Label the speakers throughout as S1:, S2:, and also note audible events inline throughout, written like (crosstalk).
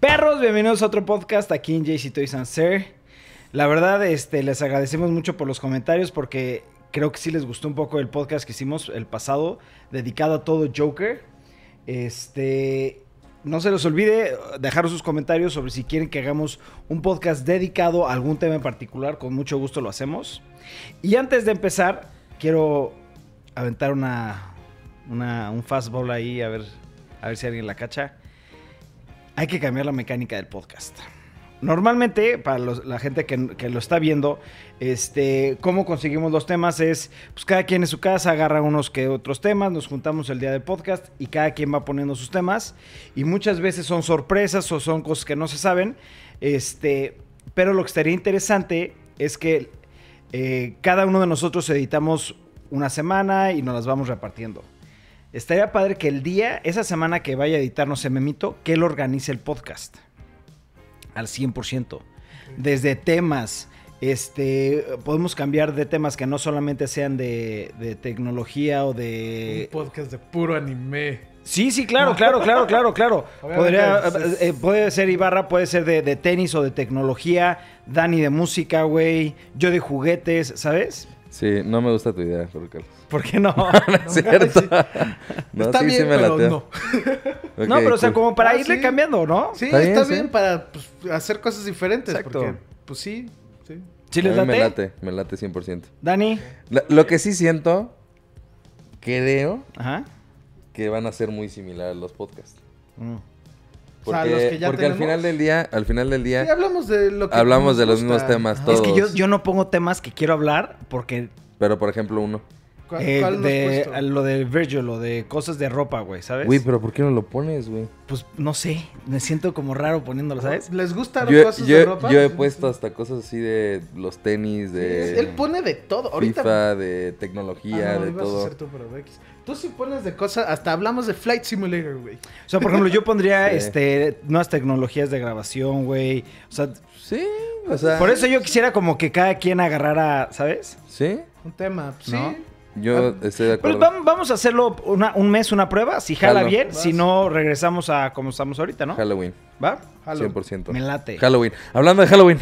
S1: perros, bienvenidos a otro podcast aquí en JC Toys and Sir. La verdad, este, les agradecemos mucho por los comentarios porque creo que sí les gustó un poco el podcast que hicimos el pasado, dedicado a todo Joker. Este, no se les olvide dejar sus comentarios sobre si quieren que hagamos un podcast dedicado a algún tema en particular, con mucho gusto lo hacemos. Y antes de empezar, quiero aventar una, una- un fastball ahí, a ver, a ver si alguien la cacha. Hay que cambiar la mecánica del podcast. Normalmente, para los- la gente que, que lo está viendo, este, cómo conseguimos los temas es, pues cada quien en su casa agarra unos que otros temas, nos juntamos el día del podcast y cada quien va poniendo sus temas. Y muchas veces son sorpresas o son cosas que no se saben. Este, pero lo que estaría interesante es que eh, cada uno de nosotros editamos una semana y nos las vamos repartiendo. Estaría padre que el día, esa semana que vaya a editarnos el memito, que él organice el podcast al 100%. Desde temas, este, podemos cambiar de temas que no solamente sean de, de tecnología o de...
S2: Eh,
S3: Un podcast de puro anime.
S1: Sí, sí, claro, claro, claro, claro, claro.
S3: Obviamente,
S1: Podría,
S3: pues, es-
S1: eh, eh, puede ser Ibarra, puede ser de, de tenis o de tecnología, Dani de música, güey, yo de juguetes, ¿sabes?
S2: Sí, no me gusta tu idea, Jorge Carlos.
S1: ¿Por qué
S2: (laughs)
S1: no?
S3: (laughs)
S2: ¿Es cierto? (laughs) No,
S3: está
S2: sí,
S3: bien,
S2: sí me
S3: pero
S2: lateo.
S3: no.
S2: Ok,
S1: no, pero o sea,
S2: cool.
S1: como para
S3: Ah,
S1: irle
S3: sí.
S1: cambiando, ¿no?
S3: Sí,
S2: Está
S3: está,
S2: bien, sí.
S3: bien para pues, hacer cosas diferentes.
S2: Exacto.
S3: Porque, pues sí, sí.
S1: ¿Sí les
S2: A mí
S1: late?
S2: me late, me late 100%.
S1: Dani.
S2: La- lo que sí siento, creo
S1: Ajá.
S2: que van a ser muy similares los podcasts.
S1: Mm.
S3: O
S2: Porque,
S3: sea, los que ya
S2: porque
S3: tenemos.
S2: al final del día, al final del
S3: Sí,
S2: día,
S3: hablamos de lo que
S2: hablamos
S3: nos
S2: de los
S3: gusta.
S2: mismos temas
S3: Ajá.
S1: Es
S2: todos.
S1: que yo, yo no pongo temas que quiero hablar porque
S2: pero por ejemplo uno.
S3: ¿Cuál,
S1: eh,
S3: cuál nos
S1: de,
S3: cuesta?
S1: lo de Virgil, lo de cosas de ropa, güey, ¿sabes?
S2: Güey, pero ¿por qué no lo pones, güey?
S1: Pues no sé, me siento como raro poniéndolo, ¿sabes?
S3: ¿Les gustan
S2: Yo,
S3: cosas de
S2: yo,
S3: ropa?
S2: yo he puesto hasta cosas así de los tenis, de
S3: Él pone de todo. Ahorita.
S2: FIFA, de
S3: Ah,
S2: tecnología,
S3: no,
S2: de
S3: ibas a
S2: todo.
S3: hacer tú, pero X. Tú sí pones de cosas. Hasta hablamos de Flight Simulator, güey.
S1: O sea, por ejemplo, yo pondría
S2: (laughs) Sí.
S1: este nuevas tecnologías de grabación, güey. O sea,
S2: Sí,
S3: Ah,
S2: o sea.
S1: por eso yo quisiera como que cada quien agarrara, ¿sabes?
S2: Sí,
S3: Un tema. pues, Sí.
S1: ¿No?
S2: yo
S3: Ah,
S2: estoy de
S1: Pero
S3: pues
S2: acuerdo.
S1: vam- vamos a hacerlo una- un mes, una prueba. Si jala
S2: Jalo.
S1: bien,
S3: Vas.
S1: si no, regresamos a como estamos ahorita, ¿no?
S2: Halloween,
S1: ¿Va?
S3: Jalo.
S2: 100%.
S1: Me late.
S2: Halloween. Hablando de Halloween.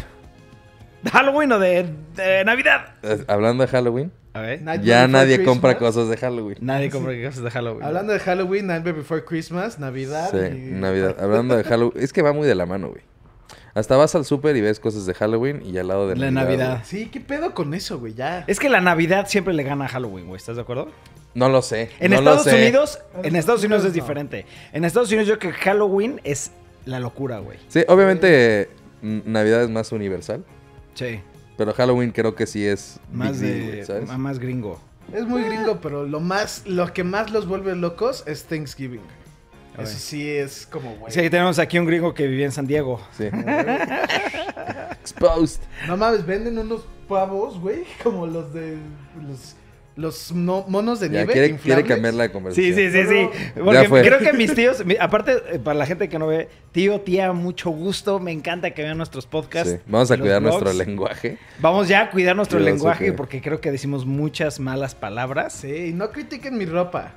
S1: Halloween o de, de Navidad.
S2: eh, Hablando de Halloween.
S1: A ver.
S3: Nightmare
S2: Ya
S3: Before
S2: nadie compra
S3: Christmas.
S2: cosas de Halloween.
S1: Nadie compra cosas de Halloween.
S3: Hablando de Halloween, Nightmare Before Christmas, Navidad.
S2: Sí,
S3: y-
S2: Navidad. Hablando de Halloween. Es que va muy de la mano, güey. Hasta vas al súper y ves cosas de Halloween y al lado de
S1: La Navidad.
S3: Sí, ¿qué pedo con eso, güey? Ya.
S1: Es que la Navidad siempre le gana a Halloween, güey. ¿Estás de acuerdo?
S2: güey. No lo sé.
S1: En
S2: no lo
S1: Estados
S2: sé.
S1: Unidos, en Estados Unidos es
S3: No.
S1: diferente. En Estados Unidos yo creo que Halloween es la locura, güey.
S2: Sí, obviamente eh, n- Navidad es más universal.
S1: Sí.
S2: Pero Halloween creo que sí es. big
S1: Más
S2: deal,
S1: de,
S2: güey, ¿sabes?
S1: más gringo.
S3: Es
S1: Ah.
S3: muy gringo, pero lo más, lo que más los vuelve locos es Thanksgiving.
S1: A ver.
S3: Eso sí es como, güey.
S1: Sí, ahí tenemos aquí un gringo que vivía en San Diego. (laughs)
S2: Sí. Exposed.
S3: No mames, venden unos pavos, güey, (laughs) como los de los, los no- monos de
S2: Ya
S3: nieve.
S2: quiere, quiere
S3: inflables.
S2: cambiar la
S1: Sí,
S2: conversación.
S1: sí, sí, sí.
S3: No,
S2: no.
S1: Porque
S2: Pues Ya fue.
S1: creo que mis tíos, mi- aparte, eh, para la gente que no ve, tío, tía, mucho gusto. Me encanta que vean nuestros podcasts.
S2: Sí, Vamos a
S1: los
S2: cuidar nuestro
S1: blogs.
S2: lenguaje.
S1: Vamos ya a cuidar nuestro
S2: Cuidado,
S1: lenguaje
S2: ok.
S1: porque creo que decimos muchas malas palabras.
S3: Sí, no critiquen mi ropa.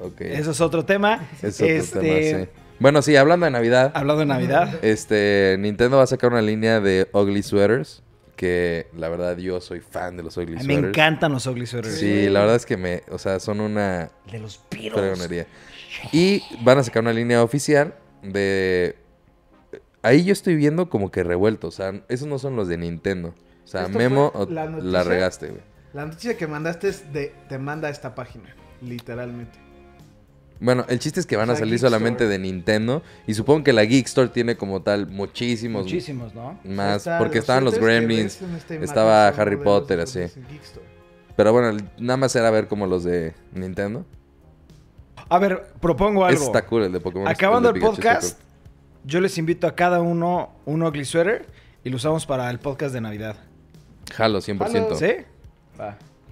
S2: Ok.
S1: Eso es otro tema.
S2: Es otro
S1: Este,
S2: tema, sí. Bueno, sí, hablando de Navidad,
S1: Hablando de Navidad.
S2: este, Nintendo va a sacar una línea de ugly sweaters, que la verdad yo soy fan de los ugly
S1: Ay, me
S2: sweaters.
S1: encantan los ugly sweaters.
S2: Sí, la verdad es que me, o sea, son una
S1: De los piros.
S2: fregonería. Y van a sacar una línea oficial de ahí yo estoy viendo como que revuelto, o sea, esos no son los de Nintendo. O sea,
S3: Esto
S2: Memo
S3: fue
S2: o-
S3: la
S2: la,
S3: noticia.
S2: regaste, güey.
S3: La noticia que mandaste es de te manda a esta página, literalmente.
S2: Bueno, el chiste es que van
S3: O
S2: a
S3: sea,
S2: salir
S3: Geek
S2: solamente
S3: Store.
S2: de Nintendo y supongo que la Geek Store tiene como tal muchísimos
S1: Muchísimos, ¿no?
S2: más
S3: Está
S2: porque
S3: los
S2: estaban los
S3: suéteres que
S2: Gremlins,
S3: ves en esta imagen
S2: estaba
S3: son
S2: Harry
S3: modelos de
S2: Potter,
S3: cosas
S2: así.
S3: en Geek Store.
S2: Pero bueno, el- nada más era ver como los de Nintendo.
S1: A ver, propongo algo.
S2: Ese está cool, el de Pokémon.
S1: Acabando
S2: de
S1: el
S2: Pikachu está
S1: podcast, yo les invito a cada uno un ugly sweater y lo usamos para el podcast de Navidad.
S2: cool. Jalo, 100%.
S3: Jalo.
S1: ¿Sí?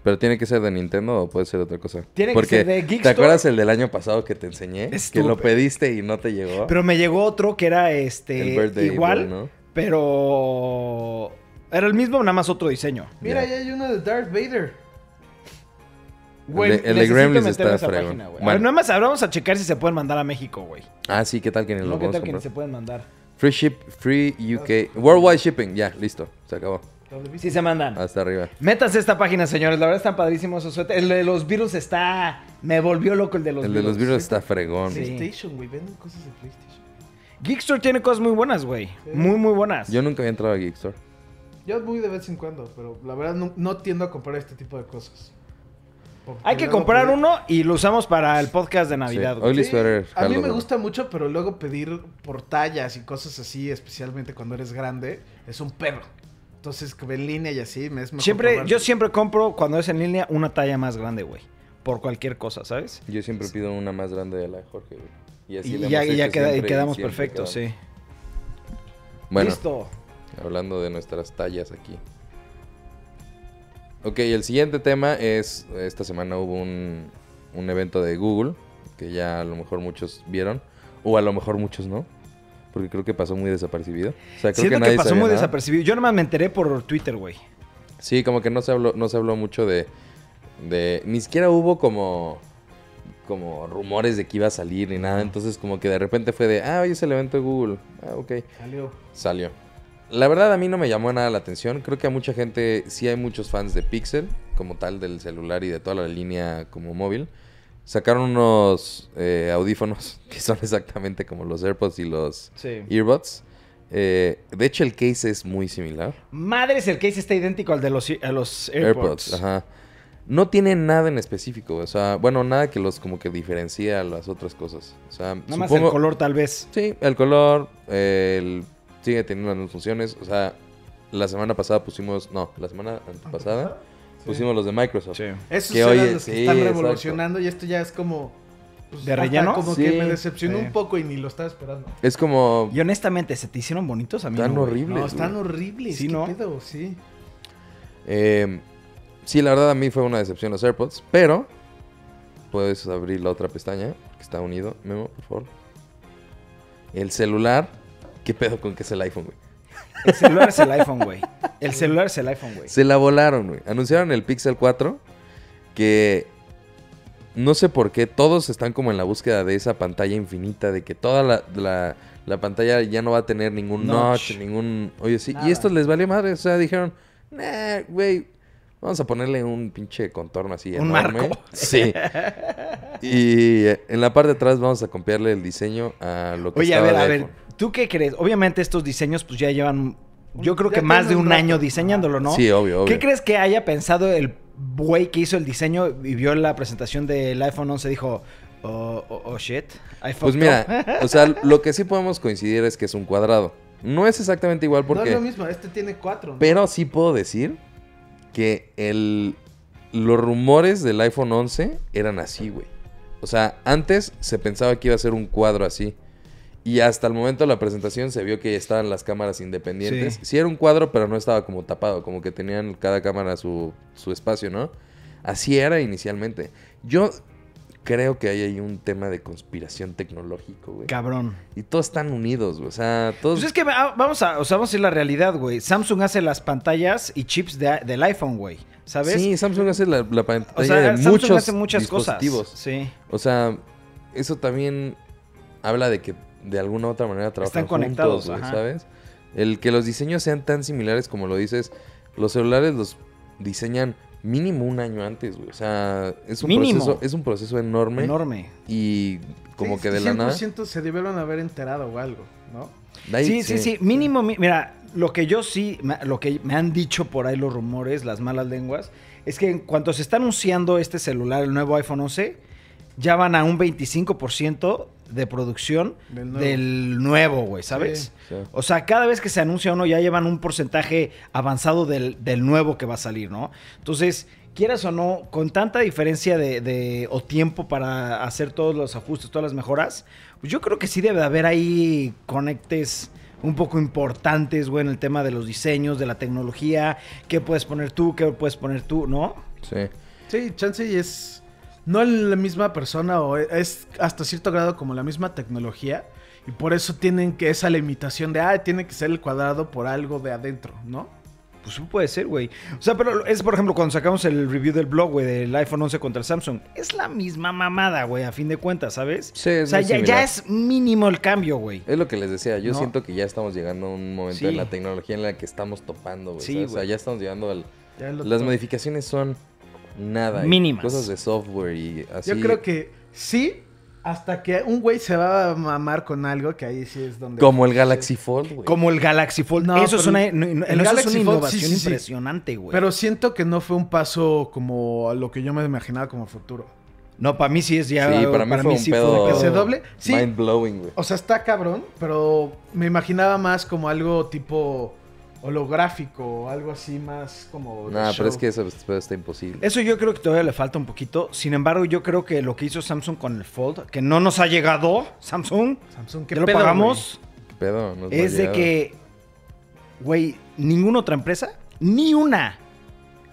S2: Pero tiene que ser de Nintendo o puede ser de otra cosa.
S1: Tiene que
S2: Porque,
S1: ser de Geek
S2: ¿Te
S1: Store.
S2: acuerdas el del año pasado que te enseñé?
S1: Estúpido.
S2: Que lo pediste y no te llegó.
S1: Pero me llegó otro que era
S2: el
S1: este
S2: birthday
S1: igual,
S2: Boy, ¿no?
S1: pero era el mismo, nada más otro diseño.
S3: Mira,
S2: Ya.
S3: ya hay uno de Darth Vader.
S2: de- el de
S1: necesito
S2: Gremlins
S1: meterme
S2: está
S1: a esa
S2: fregón.
S1: página, güey. A
S2: Bueno.
S1: ver, nada más ahora vamos a checar si se pueden mandar a México, güey.
S2: Ah, sí, ¿qué tal que ni lo
S1: No, ¿qué
S2: podemos
S1: tal que ni
S2: comprar?
S1: se pueden mandar?
S2: Free ship, free UK. Worldwide shipping, ya, listo. Se acabó.
S1: Sí se mandan.
S2: Hasta arriba.
S1: Métanse a esta página, señores. La verdad están padrísimos esos suéteres. El de los virus está... Me volvió loco el de los
S2: el de
S1: virus.
S2: los virus está fregón.
S1: Sí.
S3: PlayStation, güey. Venden cosas de PlayStation.
S1: Geekstore tiene cosas muy buenas, güey. Muy, muy buenas.
S2: Yo nunca había entrado a Geekstore.
S3: Yo voy de vez en cuando, pero la verdad no, no tiendo a comprar este tipo de cosas. Porque
S1: Hay que
S3: luego
S1: comprar
S3: pedir-
S1: uno y lo usamos para el podcast de Navidad,
S2: Sí.
S1: güey.
S2: Ugly sweater,
S3: A mí
S2: Carlos,
S3: me
S2: ¿no?
S3: gusta mucho, pero luego pedir por tallas y cosas así, especialmente cuando eres grande, es un perro. Entonces, que ve en línea y así, me es mejor
S1: Siempre,
S3: probar.
S1: yo siempre compro cuando es en línea una talla más grande, güey. Por cualquier cosa, ¿sabes?
S2: Yo siempre pido una más grande de la de Jorge, güey. Y así
S1: Y,
S2: le
S1: ya,
S2: hemos
S1: y ya
S2: hecho
S1: queda- y
S2: siempre
S1: quedamos
S2: siempre
S1: perfectos,
S2: quedamos.
S1: sí.
S2: Bueno,
S1: Listo.
S2: hablando de nuestras tallas aquí. Ok, el siguiente tema es, esta semana hubo un, un evento de Google, que ya a lo mejor muchos vieron, o a lo mejor muchos no, porque creo que pasó muy desapercibido. O sea, creo
S1: Siento
S2: que
S1: que,
S2: nadie
S1: pasó
S2: sabía
S1: muy
S2: nada.
S1: desapercibido. Yo nomás me enteré por Twitter, güey.
S2: Sí, como que no se habló, no se habló mucho de, de. Ni siquiera hubo como. como rumores de que iba a salir ni nada. Entonces, como que de repente fue de. Ah, hoy es el evento de Google. Ah, ok.
S3: Salió.
S2: Salió. La verdad, a mí no me llamó nada la atención. Creo que a mucha gente. Sí, hay muchos fans de Pixel, como tal, del celular y de toda la línea como móvil. Sacaron unos eh, audífonos (laughs) que son exactamente como los AirPods y los
S1: Sí.
S2: Earbuds. Eh, de hecho, el case es muy similar.
S1: Madres, el case está idéntico al de los, a los AirPods.
S2: AirPods, ajá. No tiene nada en específico, o sea, bueno, nada que los como que diferencia a las otras cosas. O sea,
S1: Nada más
S2: supongo-
S1: el color, tal vez.
S2: Sí, el color, el- sigue teniendo las mismas funciones, o sea, la semana pasada pusimos, no, la semana antepasada
S3: Sí.
S2: pusimos los de Microsoft.
S1: Sí.
S3: Esos
S2: Que
S3: eran
S2: oye,
S3: los que
S2: sí,
S3: están
S2: exacto.
S3: revolucionando y esto ya es como... pues,
S1: ¿De
S3: hasta
S1: relleno?
S3: Como
S2: Sí.
S3: que me decepcionó
S1: Sí.
S3: un poco y ni lo estaba esperando.
S2: Es como,
S1: Y honestamente, ¿se te hicieron bonitos a mí?
S2: Tan
S1: no, güey.
S2: horrible.
S3: No, están horribles.
S1: Sí,
S3: ¿Qué
S1: ¿no?
S3: pedo? Sí.
S2: eh, sí, la verdad a mí fue una decepción los AirPods, pero puedes abrir la otra pestaña que está unido, Memo, por favor. El celular, ¿qué pedo con que es el iPhone, güey?
S1: El celular es el iPhone, güey. El celular es el iPhone, güey.
S2: Se la volaron, güey. Anunciaron el Pixel 4 que no sé por qué todos están como en la búsqueda de esa pantalla infinita, de que toda la, la- la pantalla ya no va a tener ningún notch,
S1: Notch.
S2: ningún... Oye, sí.
S1: Nada.
S2: Y estos les valió madre. O sea, dijeron, nah, güey, vamos a ponerle un pinche contorno así
S1: Un
S2: enorme".
S1: marco.
S2: (laughs)
S1: (laughs)
S2: Sí. y eh, en la parte de atrás vamos a copiarle el diseño a lo que
S1: Oye, a
S2: estaba
S1: ver,
S2: de
S1: a ver,
S2: iPhone.
S1: ¿tú qué crees? Obviamente estos diseños pues ya llevan, yo
S3: Un-
S1: creo
S3: ya
S1: que más de
S3: tiene un
S1: un
S3: rato.
S1: año diseñándolo, ¿no?
S2: Sí, obvio, obvio.
S1: ¿Qué crees que haya pensado el güey que hizo el diseño y vio la presentación del iPhone 11 y dijo, oh, oh, oh, shit, I fucked
S2: Pues
S1: up"?
S2: mira,
S3: (laughs)
S2: o sea, lo que sí podemos coincidir es que es un cuadrado. No es exactamente igual
S3: No es
S2: porque...
S3: lo mismo. Este tiene cuatro. ¿no?
S2: pero sí puedo decir que el, los rumores del iPhone 11 eran así, güey. O sea, antes se pensaba que iba a ser un cuadro así. Y hasta el momento de la presentación se vio que estaban las cámaras independientes.
S1: Sí.
S2: Sí, era un cuadro, pero no estaba como tapado. Como que tenían cada cámara su, su espacio, ¿no? Así era inicialmente. Yo creo que ahí hay un tema de conspiración tecnológico, güey.
S1: Cabrón.
S2: Y todos están unidos, güey. O sea, todos...
S1: Pues es que va- vamos a, o sea, vamos a ir a la realidad, güey. Samsung hace las pantallas y chips de- del iPhone, güey. ¿Sabes?
S2: Sí, Samsung hace la, la pantalla
S1: o sea,
S2: de
S1: Samsung
S2: muchos
S1: hace muchas cosas.
S2: dispositivos.
S1: Sí.
S2: O sea, eso también habla de que de alguna u otra manera trabajan
S1: Están conectados,
S2: juntos, güey,
S1: ajá.
S2: ¿sabes? El que los diseños sean tan similares como lo dices, los celulares los diseñan mínimo un año antes, güey. O sea, es un
S1: Mínimo.
S2: proceso, es un proceso enorme,
S1: Enorme.
S2: y como
S3: Sí,
S2: que de la nada.
S3: 100% se debieron haber enterado o algo, ¿no?
S2: de ahí-
S1: sí, sí, sí, Mínimo, mi- mira, lo que yo sí, me- lo que me han dicho por ahí los rumores, las malas lenguas, es que en cuanto se está anunciando este celular, el nuevo iPhone 11, ya van a un 25% de producción
S3: Del nuevo.
S1: del nuevo, güey, ¿sabes?
S2: Sí.
S1: O sea, cada vez que se anuncia uno ya llevan un porcentaje avanzado del, del nuevo que va a salir, ¿no? Entonces, quieras o no, con tanta diferencia de, de- o tiempo para hacer todos los ajustes, todas las mejoras, pues yo creo que sí debe de haber ahí conectes un poco importantes, güey, en el tema de los diseños, de la tecnología, qué puedes poner tú, qué puedes poner tú, ¿no?
S2: sí.
S3: Sí, chance y es no la misma persona o es hasta cierto grado como la misma tecnología y por eso tienen que esa limitación de ah tiene que ser el cuadrado por algo de adentro, ¿no?
S1: Pues sí puede ser, güey. O sea, pero es, por ejemplo, cuando sacamos el review del blog, güey, del iPhone 11 contra el Samsung. Es la misma mamada, güey, a fin de cuentas, ¿sabes?
S2: Sí, es
S1: o sea,
S2: muy
S1: ya,
S2: similar. Eh,
S1: ya es mínimo el cambio, güey.
S2: Es lo que les decía, yo
S1: No.
S2: siento que ya estamos llegando a un momento
S1: Sí.
S2: en la tecnología en la que estamos topando, güey.
S1: Sí,
S2: ¿sabes? O sea,
S1: güey.
S2: ya estamos llegando al...
S3: Ya lo-
S2: Las modificaciones son nada. y
S1: Mínimas.
S2: Cosas de software y así.
S3: Yo creo que sí, hasta que un güey se va a mamar con algo que ahí sí es donde...
S2: Como el Galaxy Fold, güey.
S1: Como el Galaxy Fold.
S3: No,
S1: eso es
S3: pero
S1: una,
S3: el-
S1: no, no,
S3: el
S1: eso es
S3: Galaxy
S1: una
S3: Fold,
S1: innovación
S3: sí, sí, sí.
S1: impresionante, güey.
S3: Pero siento que no fue un paso como a lo que yo me imaginaba como futuro.
S1: No, para mí sí es ya.
S2: Sí, para mí fue un
S1: sí
S2: pedo-
S3: ¿Que se doble? Sí.
S2: Oh. Mind blowing, güey.
S3: O sea, está cabrón, pero me imaginaba más como algo tipo holográfico, o algo así más como... de
S2: Nah, pero es
S3: show.
S2: que eso pero está imposible.
S1: Eso yo creo que todavía le falta un poquito. Sin embargo, yo creo que lo que hizo Samsung con el Fold, que no nos ha llegado, Samsung,
S3: Samsung, ¿qué
S1: que lo
S3: pedo,
S1: pagamos,
S2: ¿Qué pedo? Nos va a
S1: es de
S2: llegar.
S1: que, güey, ninguna otra empresa, ni una,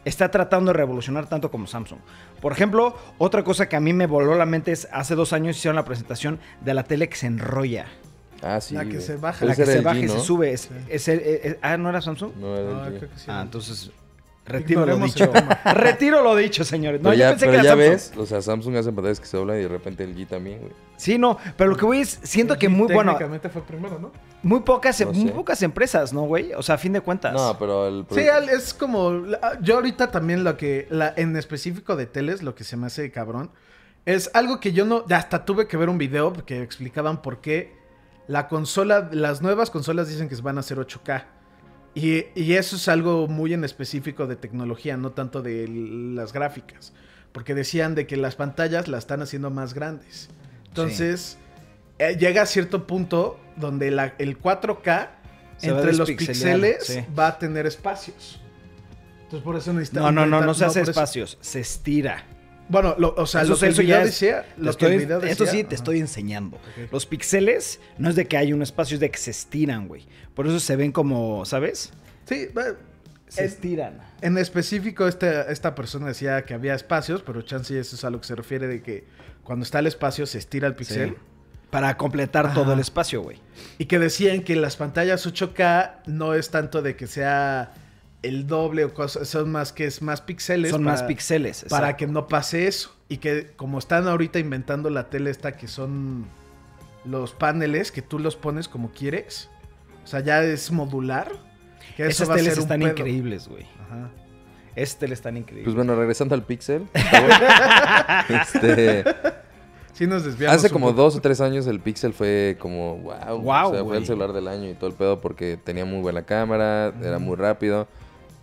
S1: está tratando de revolucionar tanto como Samsung. Por ejemplo, otra cosa que a mí me voló la mente es hace dos años hicieron la presentación de la tele que se enrolla.
S2: Ah, sí,
S3: La que
S2: güey.
S3: se baja.
S2: Pero
S1: La
S2: ese
S1: que
S2: era
S1: se
S2: el
S1: baja
S2: G,
S1: y se
S2: ¿no?
S1: sube. Es-
S3: Sí.
S1: es el- eh, eh, ah, ¿no era Samsung?
S2: No, era
S3: güey?
S2: el
S3: No,
S2: G.
S3: creo que sí.
S1: Ah, entonces, retiro lo
S3: Ignoremos
S1: dicho.
S3: el tema.
S1: (laughs) retiro lo dicho, señores. No,
S2: pero
S1: yo
S2: ya,
S1: pensé
S2: pero
S1: que era
S2: ya
S1: Samsung.
S2: ves, o sea, Samsung hace pantallas que se doblan y de repente el G también, güey.
S1: Sí, no, pero lo que voy es, siento que
S3: Sí,
S1: muy, bueno,
S3: Técnicamente fue primero, ¿no?
S1: muy pocas,
S2: No
S1: muy
S2: sé.
S1: pocas empresas, ¿no, güey? O sea, a fin de cuentas.
S2: No, pero el...
S3: Sí, al- es como. la- Yo ahorita también lo que. la- en específico de teles, lo que se me hace cabrón. Es algo que yo no. Hasta tuve que ver un video que explicaban por qué la consola. Las nuevas consolas dicen que van a ser 8K. Y, y eso es algo muy en específico de tecnología, no tanto de l- las gráficas. Porque decían de que las pantallas las están haciendo más grandes. Entonces, eh, llega a cierto punto donde la- el 4K
S1: Se va
S3: entre los
S1: despixeleando,
S3: píxeles
S1: sí.
S3: va a tener espacios. Entonces por eso necesita
S1: No, no, no, no se hace
S3: por eso-
S1: espacios, se estira.
S3: Bueno, lo- o sea,
S1: Eso-
S3: lo que el
S1: eso ya
S3: video
S1: es-
S3: decía,
S1: Te
S3: lo que
S1: estoy-
S3: el video
S1: esto
S3: decía,
S1: sí te
S3: ajá.
S1: estoy enseñando.
S3: Ok.
S1: Los píxeles no es de que hay un espacio, es de que se estiran, güey. Por eso se ven como, ¿sabes?
S3: Sí, va-
S1: Se
S3: Es-
S1: estiran.
S3: en específico este- esta persona decía que había espacios, pero chance eso es a lo que se refiere de que cuando está el espacio se estira el pixel.
S1: Para completar
S3: Ajá.
S1: todo el espacio, güey.
S3: Y que decían que las pantallas 8K no es tanto de que sea el doble o cosas, son más que es más píxeles.
S1: Son más
S3: para-
S1: píxeles.
S3: para
S1: exacto.
S3: que no pase eso. Y que como están ahorita inventando la tele esta que son los paneles que tú los pones como quieres. O sea, ya es modular. Que eso
S1: Esas
S3: va a
S1: teles
S3: ser un
S1: están
S3: pedo.
S1: increíbles, güey.
S3: Ajá.
S1: Esas teles están increíbles.
S2: Pues bueno, regresando
S1: (laughs)
S2: al Pixel. güey. (laughs) este...
S3: Sí nos desviamos.
S2: Hace
S3: un
S2: como
S3: poco.
S2: dos o tres años el Pixel fue como wow.
S1: Guau,
S2: o sea, fue
S1: güey.
S2: el celular del año y todo el pedo porque tenía muy buena cámara, era muy rápido.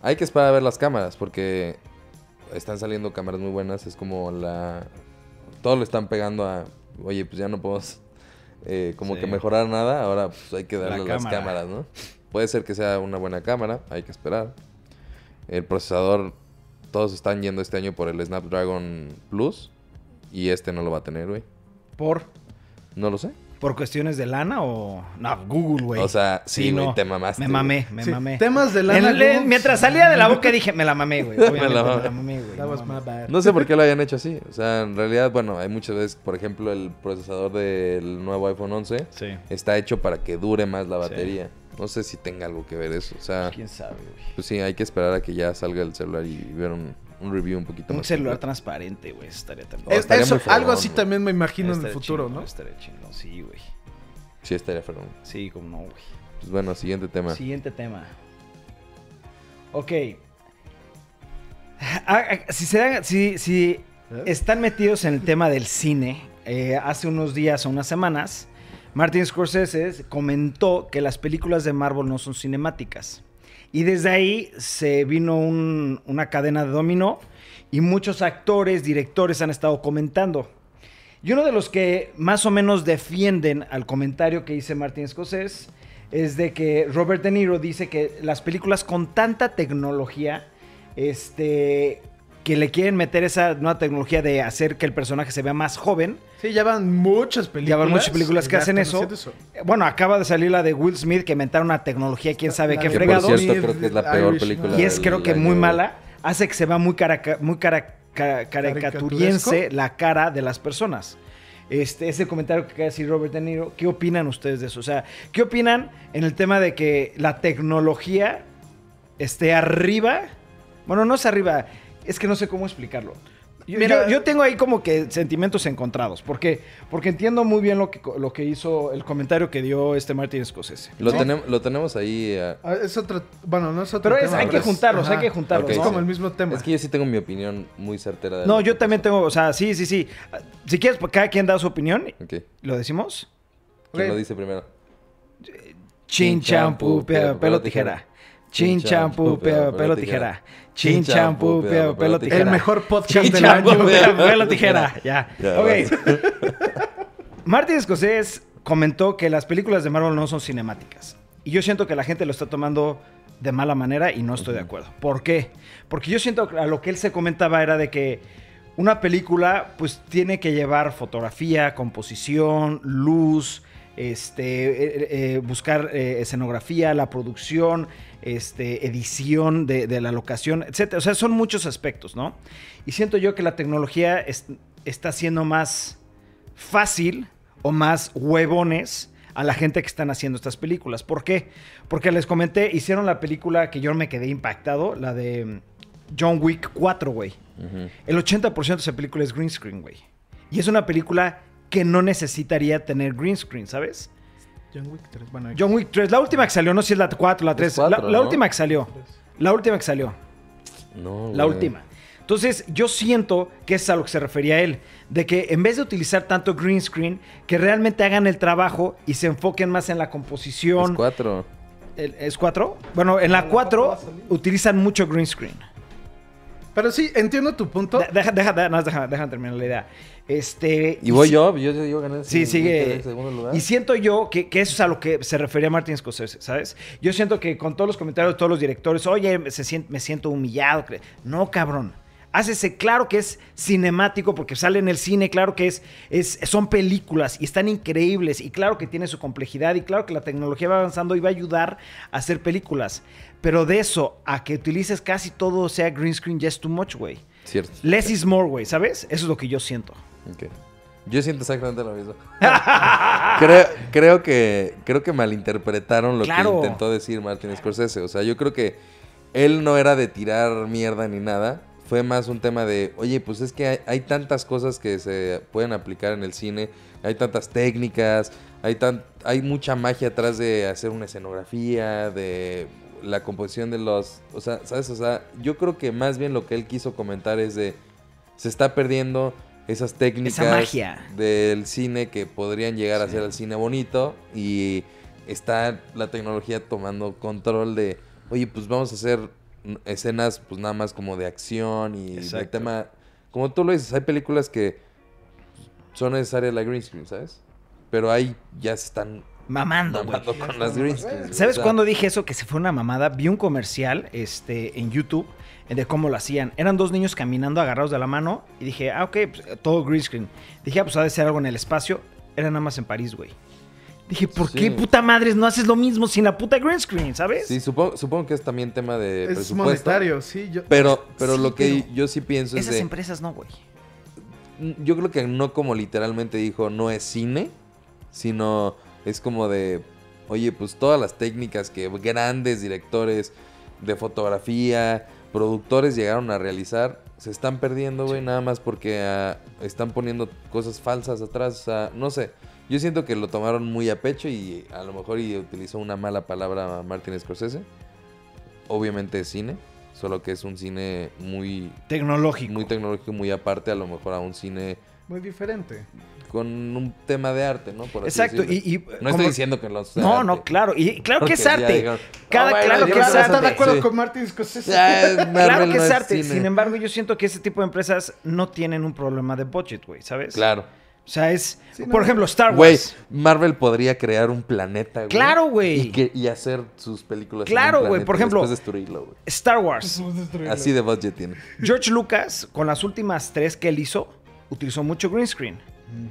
S2: Hay que esperar a ver las cámaras porque están saliendo cámaras muy buenas. Es como la. Todo lo están pegando a. Oye, pues ya no podemos (laughs) eh, como
S1: Sí.
S2: que mejorar nada. Ahora pues hay que
S1: La
S2: darle a las
S1: cámara.
S2: cámaras, ¿no? Puede ser que sea una buena cámara, hay que esperar. El procesador, todos están yendo este año por el Snapdragon Plus y este no lo va a tener, güey.
S1: ¿Por? (laughs)
S2: No lo sé.
S1: ¿Por cuestiones de lana o...? No, Google, güey.
S2: O sea, sí, güey, te mamaste,
S1: Me
S2: güey.
S1: mamé, me
S3: Sí,
S1: mamé.
S3: Temas de lana.
S1: En- en-
S3: Google.
S1: mientras salía de la boca dije, me la mamé,
S2: (laughs)
S1: güey. Obviamente,
S2: la
S1: me
S2: mamé.
S1: la mamé, güey.
S3: That
S1: no
S3: was my
S1: mames.
S3: bad.
S2: No sé por qué lo hayan hecho así. O sea, en realidad, bueno, hay muchas veces, por ejemplo, el procesador del nuevo iPhone 11
S1: Sí.
S2: está hecho para que dure más la batería. No sé si tenga algo que ver eso. O sea,
S1: ¿Quién sabe, güey?
S2: pues sí, hay que esperar a que ya salga el celular y ver un, un review un poquito
S1: Un
S2: más.
S1: celular
S2: completo.
S1: transparente, güey. eso Estaría tan
S2: Oh,
S3: Es-
S2: estaría
S3: eso,
S2: muy fregón,
S3: algo así
S2: güey.
S3: también me imagino en el
S1: Estaría
S3: futuro,
S1: chingón,
S3: ¿no?
S1: Estaría chingón, sí, güey.
S2: Sí, estaría fregón.
S1: Sí, como no, güey.
S2: Pues bueno, siguiente tema.
S1: Siguiente tema. Ok. Ah, ah, si, se dan- si, si
S3: ¿Eh?
S1: están metidos en el tema del cine, eh, hace unos días o unas semanas, Martin Scorsese comentó que las películas de Marvel no son cinemáticas. Y desde ahí se vino un- una cadena de dominó y muchos actores, directores han estado comentando. Y uno de los que más o menos defienden al comentario que hice Martin Scorsese es de que Robert De Niro dice que las películas con tanta tecnología, este, que le quieren meter esa nueva tecnología de hacer que el personaje se vea más joven.
S3: Sí, ya van muchas películas.
S1: Ya van muchas películas que
S3: ya
S1: hacen
S3: están
S1: eso.
S3: haciendo
S1: Eh, Bueno, acaba de salir la de Will Smith que inventaron una tecnología, quién sabe
S3: La
S1: qué
S3: de
S2: Que por
S1: fregados.
S3: fregados.
S2: cierto, creo que es la peor
S3: Irishman.
S2: película.
S1: Y es
S2: del
S1: creo que
S2: año,
S1: muy
S2: güey.
S1: mala. Hace que se vea muy, caraca- muy cara- cara- caricaturiense
S3: ¿Caricaturesco?
S1: la cara de las personas. Este es el comentario que acaba de decir Robert De Niro. ¿Qué opinan ustedes de eso? O sea, ¿qué opinan en el tema de que la tecnología esté arriba. Bueno, no es arriba, es que no sé cómo explicarlo. Yo,
S3: Mira-
S1: yo- yo tengo ahí como que sentimientos encontrados, porque, porque entiendo muy bien lo que, co- lo que hizo, el comentario que dio este Martin Scorsese.
S2: Lo,
S1: ¿no?
S2: tenemos, lo tenemos ahí. eh,
S3: Ah, Es otro. Bueno, no es otro.
S1: Pero es-
S3: tema,
S1: hay que
S3: es-
S1: juntarlos,
S3: ajá.
S1: hay que juntarlos.
S2: Ok,
S3: Es
S1: ¿no?
S3: como el mismo tema.
S2: Es que yo sí tengo mi opinión muy certera. de
S1: No,
S2: lo
S1: yo
S2: que
S1: también
S2: pasó.
S1: tengo, o sea, sí, sí, sí. Ah, Si quieres, pues, cada quien da su opinión.
S2: Ok. ¿Quién
S1: ¿Lo decimos?
S3: Ok.
S2: lo dice primero?
S1: Chin, champú, pelo, pelo, tijera. Chin, champú, pelo, pelo, tijera. Chin, champú, pelo, pelo, tijera.
S3: el mejor podcast
S1: Chin,
S3: del
S1: champú,
S3: año.
S1: pelo, pelo, tijera. Ya.
S2: (laughs) Ya,
S1: Ok.
S2: basta.
S1: (laughs) Martin Scorsese comentó que las películas de Marvel no son cinemáticas. Y yo siento que la gente lo está tomando de mala manera y no estoy de acuerdo. ¿Por qué? Porque yo siento que a lo que él se comentaba era de que una película pues tiene que llevar fotografía, composición, luz, este, eh, eh, buscar eh, escenografía, la producción, este, edición de, de la locación, etc. O sea, son muchos aspectos, ¿no? Y siento yo que la tecnología es- está siendo más fácil o más huevones a la gente que están haciendo estas películas. ¿Por qué? Porque les comenté, hicieron la película que yo me quedé impactado, la de mm, John Wick 4, güey.
S2: Ujú.
S1: El 80% de esa película es green screen, güey. Y es una película que no necesitaría tener green screen, ¿sabes?
S3: John Wick 3. Bueno,
S1: John Wick 3, la última que salió, no sé si es la 4, la 3,
S2: cuatro,
S1: la, la
S2: ¿no?
S1: última que salió. La última que salió.
S2: No,
S1: La
S2: güey.
S1: última. Entonces, yo siento que es a lo que se refería él, de que en vez de utilizar tanto green screen, que realmente hagan el trabajo y se enfoquen más en la
S2: Es
S1: composición.
S2: cuatro.
S1: El- ¿Es 4? Bueno, en la 4 utilizan mucho green screen.
S3: Pero sí, entiendo tu punto.
S1: De- Deja, deja, deja, no, deja- déjame terminar la idea. Este,
S2: Y voy
S1: si-
S2: yo, yo, yo gané.
S1: Sí, sigue.
S2: en segundo lugar.
S1: Y siento yo que, que eso es a lo que se refería Martin Scorsese, ¿sabes? Yo siento que con todos los comentarios de todos los directores, oye, me, se sien- me siento humillado. cre- No, cabrón. Hácese claro que es cinemático porque sale en el cine, claro que es, es son películas y están increíbles y claro que tiene su complejidad y claro que la tecnología va avanzando y va a ayudar a hacer películas. Pero de eso a que utilices casi todo sea green screen ya es too much, güey.
S2: Cierto.
S1: Less is more, güey, ¿sabes? Eso es lo que yo siento.
S2: Ok. Yo siento exactamente lo mismo. (laughs) creo, creo que creo que malinterpretaron lo
S1: Claro.
S2: que intentó decir Martin Scorsese. O sea, yo creo que él no era de tirar mierda ni nada. Fue más un tema de, oye, pues es que hay, hay tantas cosas que se pueden aplicar en el cine, hay tantas técnicas, hay, tan, hay mucha magia atrás de hacer una escenografía, de la composición de los... O sea, ¿sabes? O sea, yo creo que más bien lo que él quiso comentar es de, se está perdiendo esas técnicas
S1: magia.
S2: del cine que podrían llegar a ser el cine bonito y está la tecnología tomando control de, oye, pues vamos a hacer mm, escenas pues nada más como de acción y de
S1: Exacto.
S2: tema, como tú lo dices, hay películas que son necesarias la green screen, ¿sabes? Pero ahí ya se están
S1: Mamando, güey.
S2: mamando con las green screens.
S1: ¿Sabes
S2: o sea,
S1: cuándo dije eso? Que se fue una mamada. Vi un comercial este, en YouTube eh, de cómo lo hacían. Eran dos niños caminando agarrados de la mano y dije, ah, ok, pues, eh, todo green screen. Dije, ah, pues ha de ser algo en el espacio. Era nada más en París, güey. Dije, ¿por
S2: Sí.
S1: qué puta madres no haces lo mismo sin la puta green screen, sabes?
S2: Sí, supongo, supongo que es también tema de
S3: es
S2: presupuesto.
S3: monetario, sí. Yo,
S2: Pero, pero
S1: Sí,
S2: lo que
S1: pero
S2: yo sí pienso es
S1: Esas
S2: de...
S1: empresas no, güey.
S2: Mm, Yo creo que no como literalmente dijo, no es cine, sino es como de, oye, pues todas las técnicas que grandes directores de fotografía, productores llegaron a realizar, se están perdiendo, güey, nada más porque ah, están poniendo cosas falsas atrás, o sea, no sé. Yo siento que lo tomaron muy a pecho y a lo mejor y utilizó una mala palabra Martin Scorsese. Obviamente es cine, solo que es un cine muy
S1: Tecnológico.
S2: muy tecnológico, muy aparte, a lo mejor a un cine
S3: muy diferente.
S2: con un tema de arte, ¿no? Por así
S1: Exacto,
S2: decirlo.
S1: y- y,
S2: no
S1: como-
S2: estoy diciendo que los. sea
S1: no,
S2: arte.
S1: no, claro. Y claro que
S2: Porque
S1: es
S2: ya
S1: arte.
S2: dijeron,
S1: Cada-
S2: "Ah, bueno,
S1: claro
S2: yo
S1: que
S2: no
S1: es
S2: sé".
S3: ¿Estás
S1: arte.
S3: de acuerdo
S2: Sí.
S3: con Martin Scorsese?
S2: Ya, Ah,
S3: (laughs)
S2: es-
S1: Claro
S2: Marvel
S1: que
S2: no
S1: es arte.
S2: cine.
S1: Sin embargo, yo siento que ese tipo de empresas no tienen un problema de budget, güey, ¿sabes?
S2: Claro.
S1: O sea, es.
S3: Sí,
S1: por
S3: no.
S1: ejemplo, Star
S2: Güey,
S1: Wars.
S2: Marvel podría crear un planeta, güey.
S1: Claro, güey.
S2: Y, que- y hacer sus películas. en un
S1: Claro, güey,
S2: planeta
S1: por
S2: y
S1: ejemplo-
S2: Después destruirlo, güey.
S1: Star Wars.
S2: Así de budget tiene.
S1: George Lucas, con las últimas tres que él hizo, utilizó mucho green screen.
S3: Mm,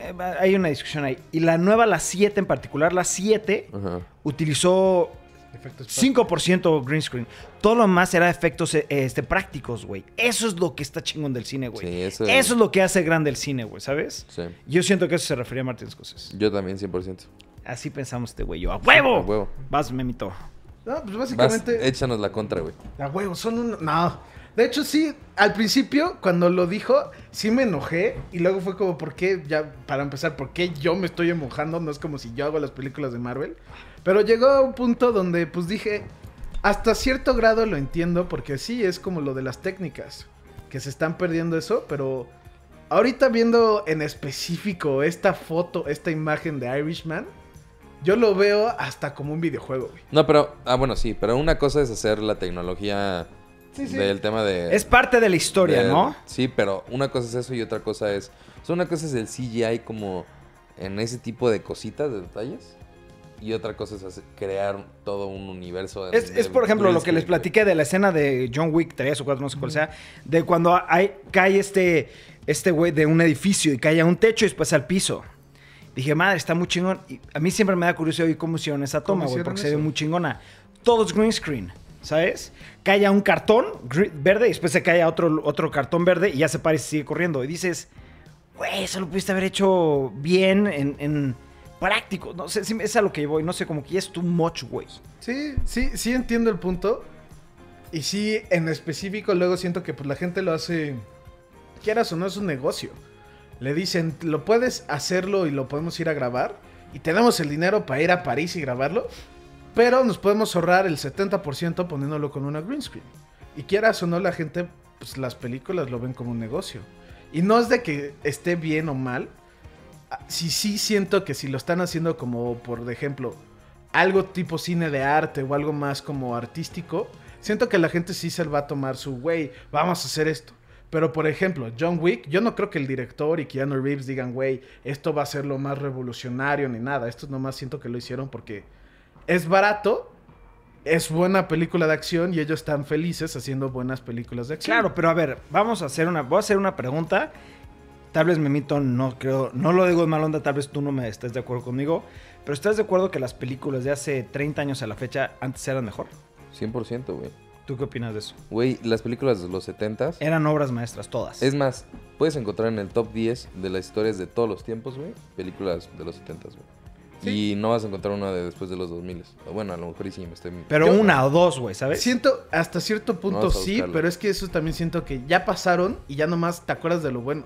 S1: Eh, hay una discusión ahí. Y la nueva, la 7 en particular, la 7,
S2: Ajá.
S1: utilizó
S3: Efectos
S1: 5% green screen. Todo lo más era efectos eh, este, prácticos, güey. Eso es lo que está chingón del cine, güey.
S2: Sí, eso
S1: eso,
S2: es-
S1: es lo que hace grande el cine, güey, ¿sabes?
S2: Sí.
S1: Yo siento que eso se refería a Martín Scorsese.
S2: Yo también, 100%.
S1: Así pensamos este güey. Yo, ¡a huevo!
S2: A huevo.
S1: Vas, Memito.
S3: No, pues
S2: Vas,
S3: básicamente.
S2: échanos la contra, güey.
S3: A huevo, son un... No. De hecho, sí, al principio, cuando lo dijo, sí me enojé. Y luego fue como, ¿por qué? Ya, para empezar, ¿por qué yo me estoy enojando? No es como si yo hago las películas de Marvel. Pero llegó a un punto donde, pues dije, hasta cierto grado lo entiendo, porque sí, es como lo de las técnicas. Que se están perdiendo eso, pero... Ahorita viendo en específico esta foto, esta imagen de Irishman, yo lo veo hasta como un videojuego, güey.
S2: No, pero. Ah, bueno, sí. Pero una cosa es hacer la tecnología
S3: Sí, sí.
S2: del tema de.
S1: Es parte de la historia,
S2: del-
S1: ¿no?
S2: Sí, pero una cosa es eso y otra cosa es. O sea, una cosa es el CGI como en ese tipo de cositas, de detalles. Y otra cosa es hacer- crear todo un universo.
S1: Es, es, por ejemplo, lo que les platiqué de la escena de John Wick 3 o 4, no sé cuál sea, de cuando hay, cae este este güey de un edificio y cae a un techo y después al piso. Dije, madre, está muy chingón. Y a mí siempre me da curiosidad oír cómo hicieron esa
S3: ¿Cómo
S1: toma, güey,
S3: hicieron
S1: porque se ve
S3: eso?
S1: muy chingona. Todo es green screen, ¿sabes? Cae a un cartón gri- verde y después se cae a otro, otro cartón verde y ya se para y sigue corriendo. Y dices, güey, eso lo pudiste haber hecho bien en, en práctico. No sé, sí, es a lo que voy. No sé, como que ya es too much, güey.
S3: Sí, sí, sí entiendo el punto. Y sí, en específico, luego siento que pues, la gente lo hace, quieras o no, es un negocio. Le dicen, lo puedes hacerlo y lo podemos ir a grabar. Y tenemos el dinero para ir a París y grabarlo. Pero nos podemos ahorrar el 70% poniéndolo con una green screen. Y quieras o no, la gente, pues las películas lo ven como un negocio. Y no es de que esté bien o mal. Ah, Sí, sí siento que si lo están haciendo como, por ejemplo, algo tipo cine de arte o algo más como artístico, siento que la gente sí se va a tomar su, güey, vamos a hacer esto. Pero, por ejemplo, John Wick, yo no creo que el director y Keanu Reeves digan, güey, esto va a ser lo más revolucionario ni nada. Esto nomás siento que lo hicieron porque es barato, es buena película de acción y ellos están felices haciendo buenas películas de acción.
S1: Claro, pero a ver, vamos a hacer una, voy a hacer una pregunta. Tal vez Memito no creo, no lo digo de mal onda, tal vez tú no me estés de acuerdo conmigo, pero ¿estás de acuerdo que las películas de hace 30 años a la fecha antes eran mejor?
S2: 100%, güey.
S1: ¿Tú qué opinas de eso?
S2: Güey, las películas de los 70s.
S1: Eran obras maestras todas.
S2: Es más, puedes encontrar en el top 10 de las historias de todos los tiempos, güey, películas de los 70s, güey. Y no vas a encontrar una de después de los 2000. O Bueno, a lo mejor y sí me estoy.
S1: pero
S2: Yo-
S1: una o dos, güey,
S3: ¿Eh?
S1: ¿sabes?
S3: Siento, hasta cierto punto
S2: Vamos a
S3: sí,
S2: buscarlo.
S3: pero es que eso también siento que ya pasaron y ya nomás te acuerdas de lo bueno.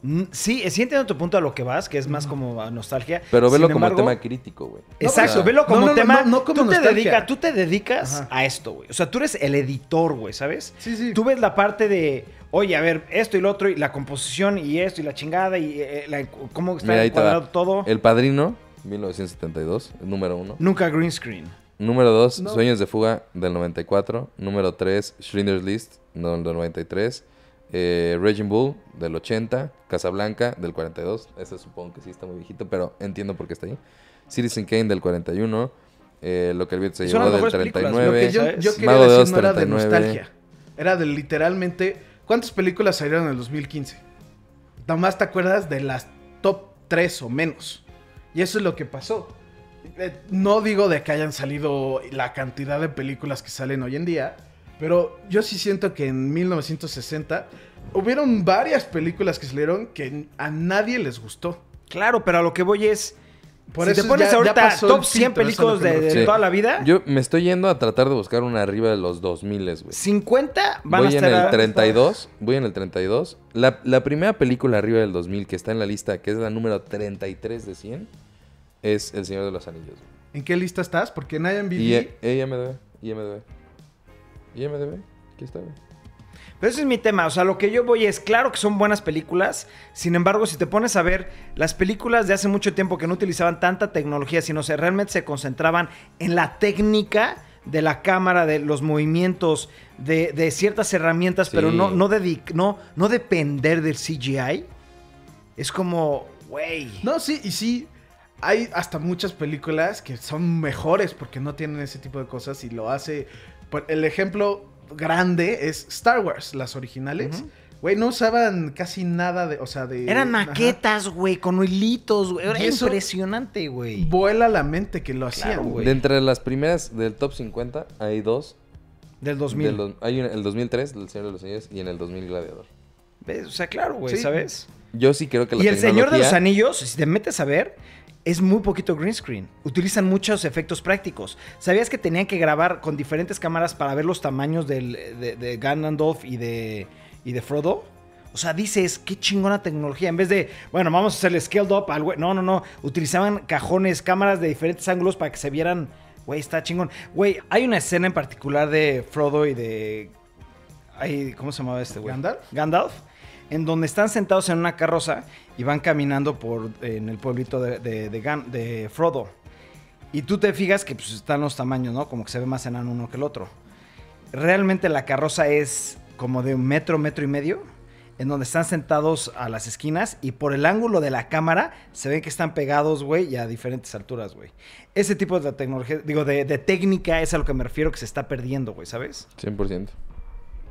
S1: Mm, Sí, eh, sí entiendo tu punto a lo que vas, que es más como a nostalgia.
S2: Pero
S1: Sin
S2: velo
S1: embargo-
S2: como tema crítico, güey.
S1: Exacto,
S3: eso.
S1: velo como
S3: No, no, no,
S1: tema.
S3: no, no como
S1: tú, te
S3: nostalgia.
S1: dedicas, tú te dedicas
S3: Ajá.
S1: a esto, güey. O sea, tú eres el editor, güey, ¿sabes?
S3: Sí, sí.
S1: Tú ves la parte de, oye, a ver, esto y lo otro, y la composición y esto y la chingada, y eh, la- cómo está
S2: Mira, ahí te va.
S1: encuadrado todo.
S2: El Padrino, 1972, número 1.
S1: Nunca green screen.
S2: Número 2,
S3: No.
S2: Sueños de Fuga, del 94. Número 3, Schindler's List, no, del 93. Eh, Raging Bull, del 80. Casablanca, del 42. Ese supongo que sí está muy viejito, pero entiendo por qué está ahí. Citizen Kane, del 41. Eh, lo que el viento se
S1: Son
S2: llevó,
S1: las
S2: del
S1: mejores películas, lo
S3: Lo que
S2: 39.
S3: yo,
S1: ¿sabes?
S3: yo quería
S2: Mago de Oz,
S3: decir no era de
S2: 39.
S3: nostalgia. Era de literalmente. ¿Cuántas películas salieron en el 2015? Nomás te acuerdas de las top 3 o menos. Y eso es lo que pasó. Eh, No digo de que hayan salido la cantidad de películas que salen hoy en día, pero yo sí siento que en 1960 hubieron varias películas que salieron que a nadie les gustó.
S1: Claro, pero a lo que voy es.
S3: Por
S1: si
S3: eso
S1: te pones
S3: ya- ya
S1: ahorita
S3: pasó el
S1: top 100
S3: filtro, eso es lo
S1: películas
S3: que me
S1: de, de
S2: refiero. Sí.
S1: toda la vida,
S2: Yo me estoy yendo a tratar de buscar una arriba de los 2000, güey.
S1: 50 van a
S2: Voy en
S1: estar.
S2: el
S1: a-
S2: 32. Voy en el 32. La, la primera película arriba del 2000 que está en la lista, que es la número 33 de 100, es El Señor de los Anillos. güey.
S3: ¿En qué lista estás? Porque en IMDb...
S2: Y eh, IMDb, IMDb. IMDb, aquí está, güey.
S1: Pero ese es mi tema. O sea, lo que yo voy es, claro que son buenas películas. Sin embargo, si te pones a ver las películas de hace mucho tiempo que no utilizaban tanta tecnología, sino se realmente se concentraban en la técnica de la cámara, de los movimientos, de, de ciertas herramientas, pero
S2: Sí.
S1: no, no, dedic- no, no depender del CGI. Es como, güey.
S3: No, sí, y sí. Hay hasta muchas películas que son mejores porque no tienen ese tipo de cosas y lo hace. por- El ejemplo grande es Star Wars, las originales. Güey, no usaban casi nada de. O sea, de.
S1: Eran
S3: ajá.
S1: maquetas, güey, con hilitos, güey. Era
S3: Y eso-
S1: impresionante, güey.
S3: Vuela la mente que lo hacían,
S1: Claro,
S3: güey.
S1: güey.
S2: De entre las primeras del top 50 hay dos.
S1: Del
S2: Del
S1: 2000.
S2: dos- hay una- el 2003 del Señor de los Anillos y en el 2000 Gladiador.
S1: ¿Ves? O sea, claro, güey,
S3: Sí.
S1: ¿sabes?
S2: Yo sí creo que la
S1: Y el Señor de los
S2: tecnología-
S1: Anillos, si te metes a ver, es muy poquito green screen. Utilizan muchos efectos prácticos. ¿Sabías que tenían que grabar con diferentes cámaras para ver los tamaños del, de, de Gandalf y de, y de Frodo? O sea, dices, qué chingona tecnología. En vez de, bueno, vamos a hacerle scaled up al güey. No, no, no. Utilizaban cajones, cámaras de diferentes ángulos para que se vieran. Güey, está chingón. Güey, hay una escena en particular de Frodo y de. ay, ¿Cómo se llamaba este güey?
S3: ¿Gandalf?
S1: Gandalf. En donde están sentados en una carroza y van caminando por en el pueblito de, de, de Gan- de Frodo. Y tú te fijas que pues, están los tamaños, ¿no? Como que se ve más enano uno que el otro. Realmente la carroza es como de un metro, metro y medio, en donde están sentados a las esquinas y por el ángulo de la cámara se ven que están pegados, güey, y a diferentes alturas, güey. Ese tipo de tecnología, digo, de, de técnica es a lo que me refiero que se está perdiendo, güey, ¿sabes?
S2: 100%.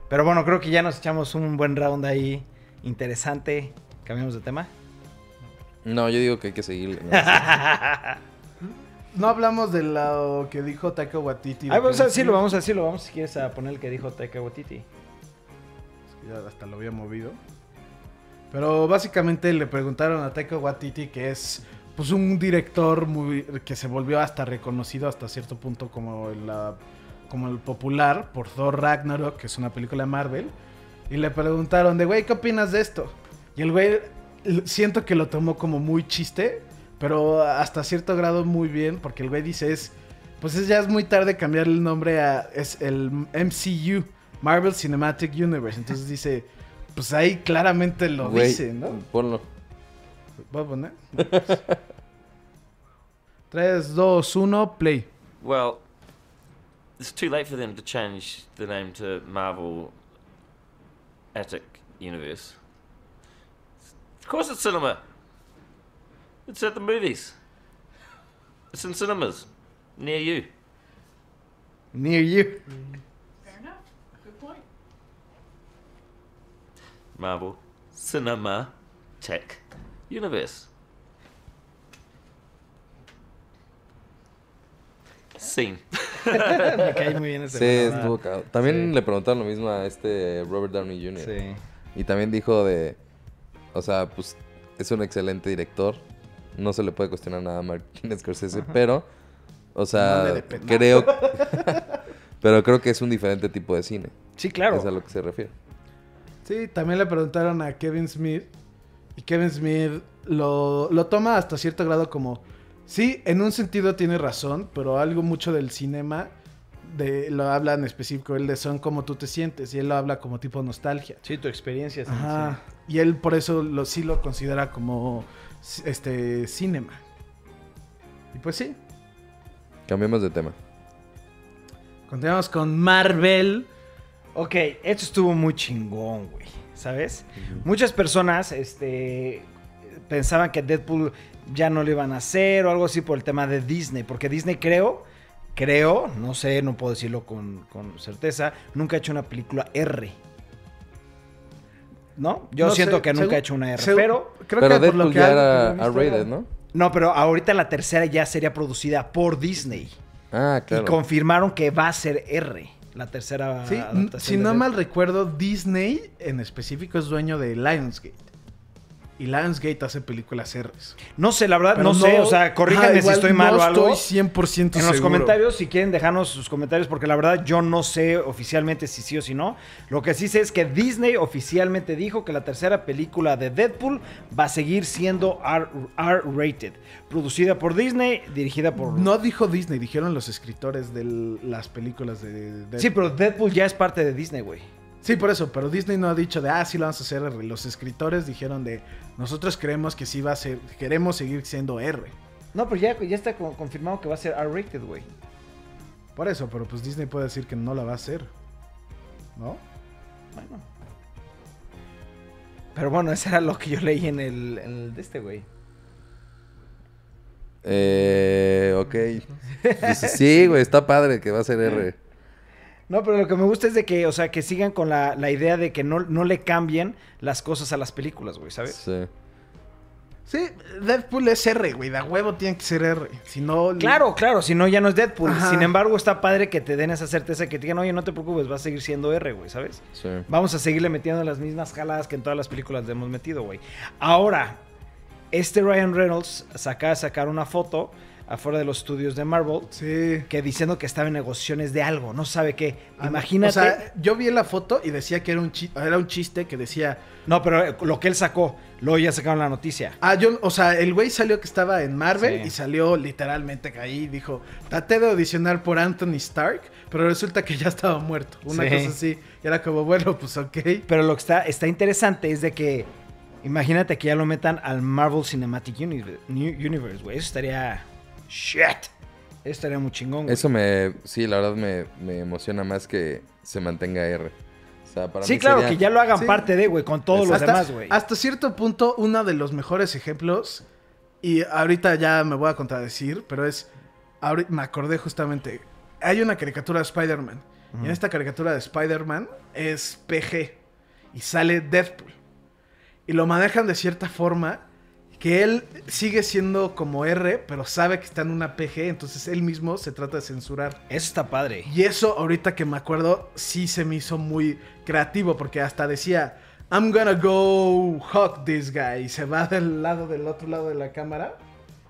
S1: Pero bueno, creo que ya nos echamos un buen round ahí interesante. Cambiamos de tema.
S2: No, yo digo que hay que seguirle.
S1: (laughs)
S2: ¿no?
S3: No hablamos de lo que dijo Taika Waititi.
S1: Ah, vamos a decirlo, vamos a decirlo, vamos si quieres a poner el que dijo Taika Waititi.
S3: Ya hasta lo había movido. Pero básicamente le preguntaron a Taika Waititi, que es pues un director muy que se volvió hasta reconocido hasta cierto punto como el, ah, como el popular por Thor Ragnarok, que es una película de Marvel. Y le preguntaron de, güey, ¿qué opinas de esto? Y el güey l- siento que lo tomó como muy chiste, pero hasta cierto grado muy bien, porque el güey dice es, pues es- ya es muy tarde cambiar el nombre a, es el MCU, Marvel Cinematic Universe. Entonces dice, pues ahí claramente lo
S2: Güey,
S3: dice, ¿no?
S2: Ponlo.
S3: Voy a poner. (laughs) 3, 2, 1, play.
S4: Well, it's too late for them to change the name to Marvel Attic Universe. Of course, it's cinema. It's at the movies. It's in cinemas near you.
S1: Near you.
S5: Fair enough. Good point.
S4: Marvel Cinema Tech Universe. Scene.
S1: Me cae muy
S3: (laughs)
S1: bien ese
S2: Sí,
S1: güey, la
S2: estuvo
S1: verdad.
S2: cagado. También
S1: Sí.
S2: le preguntaron lo mismo a este Robert Downey Jr.
S1: Sí.
S2: Y también dijo de. O sea, pues es un excelente director. No se le puede cuestionar nada a Martin (laughs) Scorsese, pero. O sea,
S3: No le depende. (laughs)
S2: creo. (laughs) pero creo que es un diferente tipo de cine.
S1: Sí, claro.
S2: Es a lo que se refiere.
S3: Sí, también le preguntaron a Kevin Smith. Y Kevin Smith lo, lo toma hasta cierto grado como. Sí, en un sentido tiene razón, pero algo mucho del cinema de, lo habla en específico él de son como tú te sientes. Y él lo habla como tipo nostalgia.
S1: Sí, tu experiencia. sí,
S3: Ajá. Y él por eso lo, sí lo considera como c- este cinema. Y pues sí.
S2: Cambiemos de tema.
S3: Continuamos con
S1: sí.
S3: Marvel.
S1: Ok, esto estuvo muy chingón, güey. ¿Sabes? Muchas personas este, pensaban que Deadpool ya no lo iban a hacer o algo así por el tema de Disney. Porque Disney creo, creo, no sé, no puedo decirlo con, con certeza, nunca ha hecho una película R. ¿No? Yo
S3: No
S1: siento
S3: sé,
S1: que nunca
S3: según-
S1: ha hecho una R.
S3: según-
S1: Pero
S3: creo
S2: pero
S3: que por lo
S2: Deadpool
S3: que
S2: ya
S3: algo
S2: era
S3: que he visto
S2: R-rated,
S3: era-
S2: ¿no?
S1: No, pero ahorita la tercera ya sería producida por Disney.
S2: Ah, claro.
S1: Y confirmaron que va a ser R, la tercera.
S3: Sí, n-
S1: Ah, adaptación
S3: si
S1: de
S3: no
S1: Deadpool.
S3: mal recuerdo, Disney en específico es dueño de Lionsgate. Y Lionsgate hace películas R.
S1: No sé, la verdad,
S3: Pero
S1: Ah, no, sé. O sea,
S3: ajá,
S1: corríjanme si
S3: igual
S1: estoy mal o algo.
S3: No estoy 100%
S1: en los comentarios, si quieren dejarnos sus comentarios, porque la verdad yo no sé oficialmente si sí o si no. Lo que sí sé es que Disney oficialmente dijo que la tercera película de Deadpool va a seguir siendo R- R-rated. Producida por Disney, dirigida por...
S3: No dijo Disney, dijeron los escritores de l- las películas de Deadpool.
S1: sí, pero Deadpool ya es parte de Disney, güey.
S3: Sí, por eso, pero Disney no ha dicho de, ah, sí lo vamos a hacer R. Los escritores dijeron de, nosotros creemos que sí va a ser, queremos seguir siendo R.
S1: No, pero ya, ya está co- confirmado que va a ser R-rated, güey.
S3: Por eso, pero pues Disney puede decir que no la va a hacer. ¿No?
S1: Bueno. Pero bueno, eso era lo que yo leí en el, en el de este, güey.
S2: Eh,
S3: (laughs)
S2: ok. Dice, sí, güey, está padre que va a ser R.
S1: No, pero lo que me gusta es de que, o sea, que sigan con la, la idea de que no, no le cambien las cosas a las películas, güey, ¿sabes?
S2: Sí.
S3: Sí, Deadpool es R, güey. De huevo tiene que ser R. Si no.
S1: Claro, claro, si no ya no es Deadpool.
S3: Ajá.
S1: Sin embargo, está padre que te den esa certeza que te digan, oye, no te preocupes, va a seguir siendo R, güey, ¿sabes?
S2: Sí.
S1: Vamos a seguirle metiendo las mismas jaladas que en todas las películas le hemos metido, güey. Ahora, este Ryan Reynolds saca sacar una foto afuera de los estudios de Marvel
S3: Sí.
S1: que diciendo que estaba en negociaciones de algo, no sabe qué.
S3: Ah,
S1: Imagínate.
S3: O sea, yo vi la foto y decía que era un, chi- era un chiste que decía.
S1: no, pero eh, lo que él sacó, luego ya sacaron la noticia.
S3: Ah, yo, o sea, el güey salió que estaba en Marvel
S1: Sí.
S3: y salió literalmente que ahí dijo: Traté de audicionar por Anthony Stark, pero resulta que ya estaba muerto. Una
S1: Sí.
S3: cosa así. Y era como, bueno, pues ok.
S1: Pero lo que está, está interesante es de que imagínate que ya lo metan al Marvel Cinematic Uni- New Universe, güey. Eso estaría shit. Eso estaría muy chingón, güey.
S2: Eso me. Sí, la verdad me, me emociona más que se mantenga R. O sea, para
S1: Sí,
S2: mí
S1: claro,
S2: sería-
S1: que ya lo hagan
S3: Sí.
S1: parte de, güey, con todos los
S3: hasta,
S1: demás, güey.
S3: hasta cierto punto, uno de los mejores ejemplos, y ahorita ya me voy a contradecir, pero es, ahori- me acordé justamente, hay una caricatura de Spider-Man, y en esta caricatura de Spider-Man es PG, y sale Deadpool, y lo manejan de cierta forma que él sigue siendo como R, pero sabe que está en una PG, entonces él mismo se trata de censurar.
S1: Eso está padre.
S3: Y eso, ahorita que me acuerdo, sí se me hizo muy creativo, porque hasta decía, I'm gonna go hug this guy. Y se va del lado del otro lado de la cámara.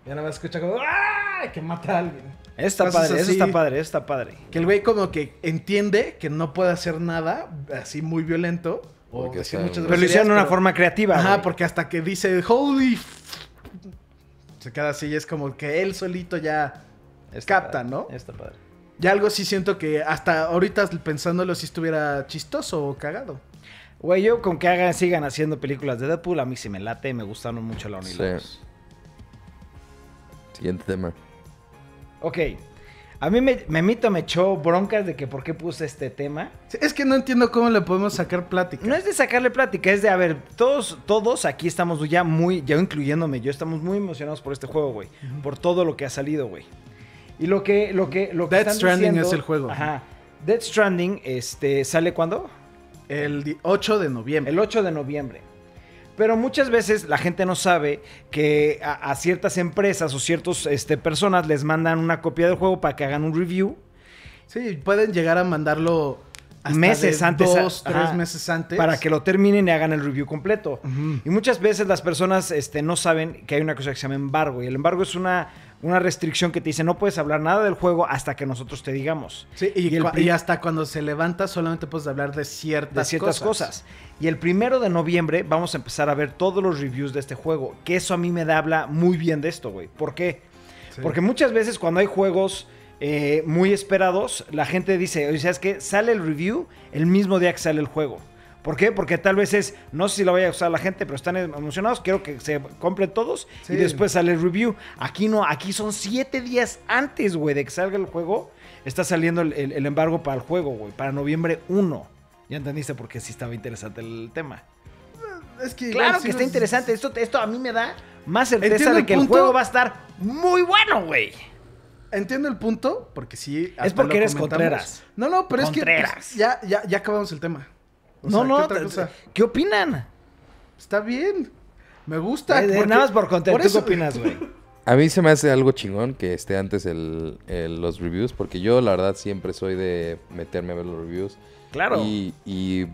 S3: Y nada más escucha como, ¡ah! Que mata a alguien.
S1: Eso está
S3: Cosas
S1: padre, eso
S3: así.
S1: está padre, eso está padre.
S3: Que el güey como que entiende que no puede hacer nada así muy violento. O
S2: Porque
S3: decir
S2: está-
S3: muchas
S1: Pero lo
S3: groserías,
S1: hicieron de una
S3: pero-
S1: forma creativa.
S3: Ajá,
S1: güey.
S3: porque hasta que dice, holy... f-", Se queda así y es como que él solito ya...
S1: Está
S3: capta,
S1: padre,
S3: ¿no?
S1: Está padre.
S3: Ya algo sí siento que hasta ahorita pensándolo si estuviera chistoso o cagado.
S1: Güey, yo con que hagan, sigan haciendo películas de Deadpool, a mí sí me late, me gustaron mucho la
S2: Sí.
S1: unidad.
S2: Siguiente tema.
S1: Ok. A mí me, Memito me echó broncas de que por qué puse este tema.
S3: Sí, Es que no entiendo cómo le podemos sacar plática.
S1: No es de sacarle plática, es de, a ver, todos, todos aquí estamos ya muy, ya incluyéndome, yo estamos muy emocionados por este juego, güey. Por todo lo que ha salido, güey. Y lo que, lo que, lo que
S3: Death
S1: están
S3: Stranding
S1: diciendo-
S3: es el juego.
S1: Ajá. Dead Stranding, este, ¿sale cuándo?
S3: El di- 8 de noviembre.
S1: El 8 de noviembre. Pero muchas veces la gente no sabe que a, a ciertas empresas o ciertas personas les mandan una copia del juego para que hagan un review.
S3: Sí, pueden llegar a mandarlo hasta
S1: meses
S3: de
S1: antes.
S3: Dos,
S1: ajá,
S3: tres meses antes.
S1: Para que lo terminen y hagan el review completo.
S3: Ujú.
S1: Y muchas veces las personas este, no saben que hay una cosa que se llama embargo. Y el embargo es una, una restricción que te dice no puedes hablar nada del juego hasta que nosotros te digamos.
S3: Sí, y,
S1: y el
S3: cua-
S1: pri-
S3: y hasta cuando se levanta solamente puedes hablar de ciertas,
S1: de ciertas cosas. Y el primero de noviembre vamos a empezar a ver todos los reviews de este juego. Que eso a mí me da habla muy bien de esto, güey. ¿Por qué?
S3: Sí.
S1: Porque muchas veces cuando hay juegos eh, muy esperados, la gente dice, oye, ¿sabes qué? Sale el review el mismo día que sale el juego. ¿Por qué? Porque tal vez es, no sé si lo vaya a usar la gente, pero están emocionados, quiero que se compren todos
S3: Sí.
S1: y después sale el review. Aquí no, aquí son siete días antes, güey, de que salga el juego, está saliendo el, el- el embargo para el juego, güey, para noviembre 1. Ya entendiste por qué sí estaba interesante el tema.
S3: Es que igual
S1: Claro
S3: sí
S1: que está
S3: nos-
S1: interesante, esto, esto a mí me da más certeza
S3: Entiendo
S1: de
S3: el
S1: que el
S3: punto.
S1: juego va a estar muy bueno, güey.
S3: Entiendo el punto, porque sí. hasta
S1: porque
S3: lo
S1: eres
S3: comentamos.
S1: Contreras.
S3: No, no, pero es que
S1: Contreras.
S3: pues, ya, ya, ya acabamos el tema. O
S1: No,
S3: sea, ¿qué
S1: no,
S3: otra
S1: te-
S3: cosa?
S1: ¿qué opinan?
S3: Está bien. Me gusta.
S1: Eh, eh,
S3: porque-
S1: Nada más por contar, ¿tú
S3: eso-
S1: qué opinas,
S3: (laughs)
S1: güey?
S2: A mí se me hace algo chingón que esté antes el, el- los reviews, porque yo la verdad siempre soy de meterme a ver los reviews.
S1: Claro.
S2: Y, y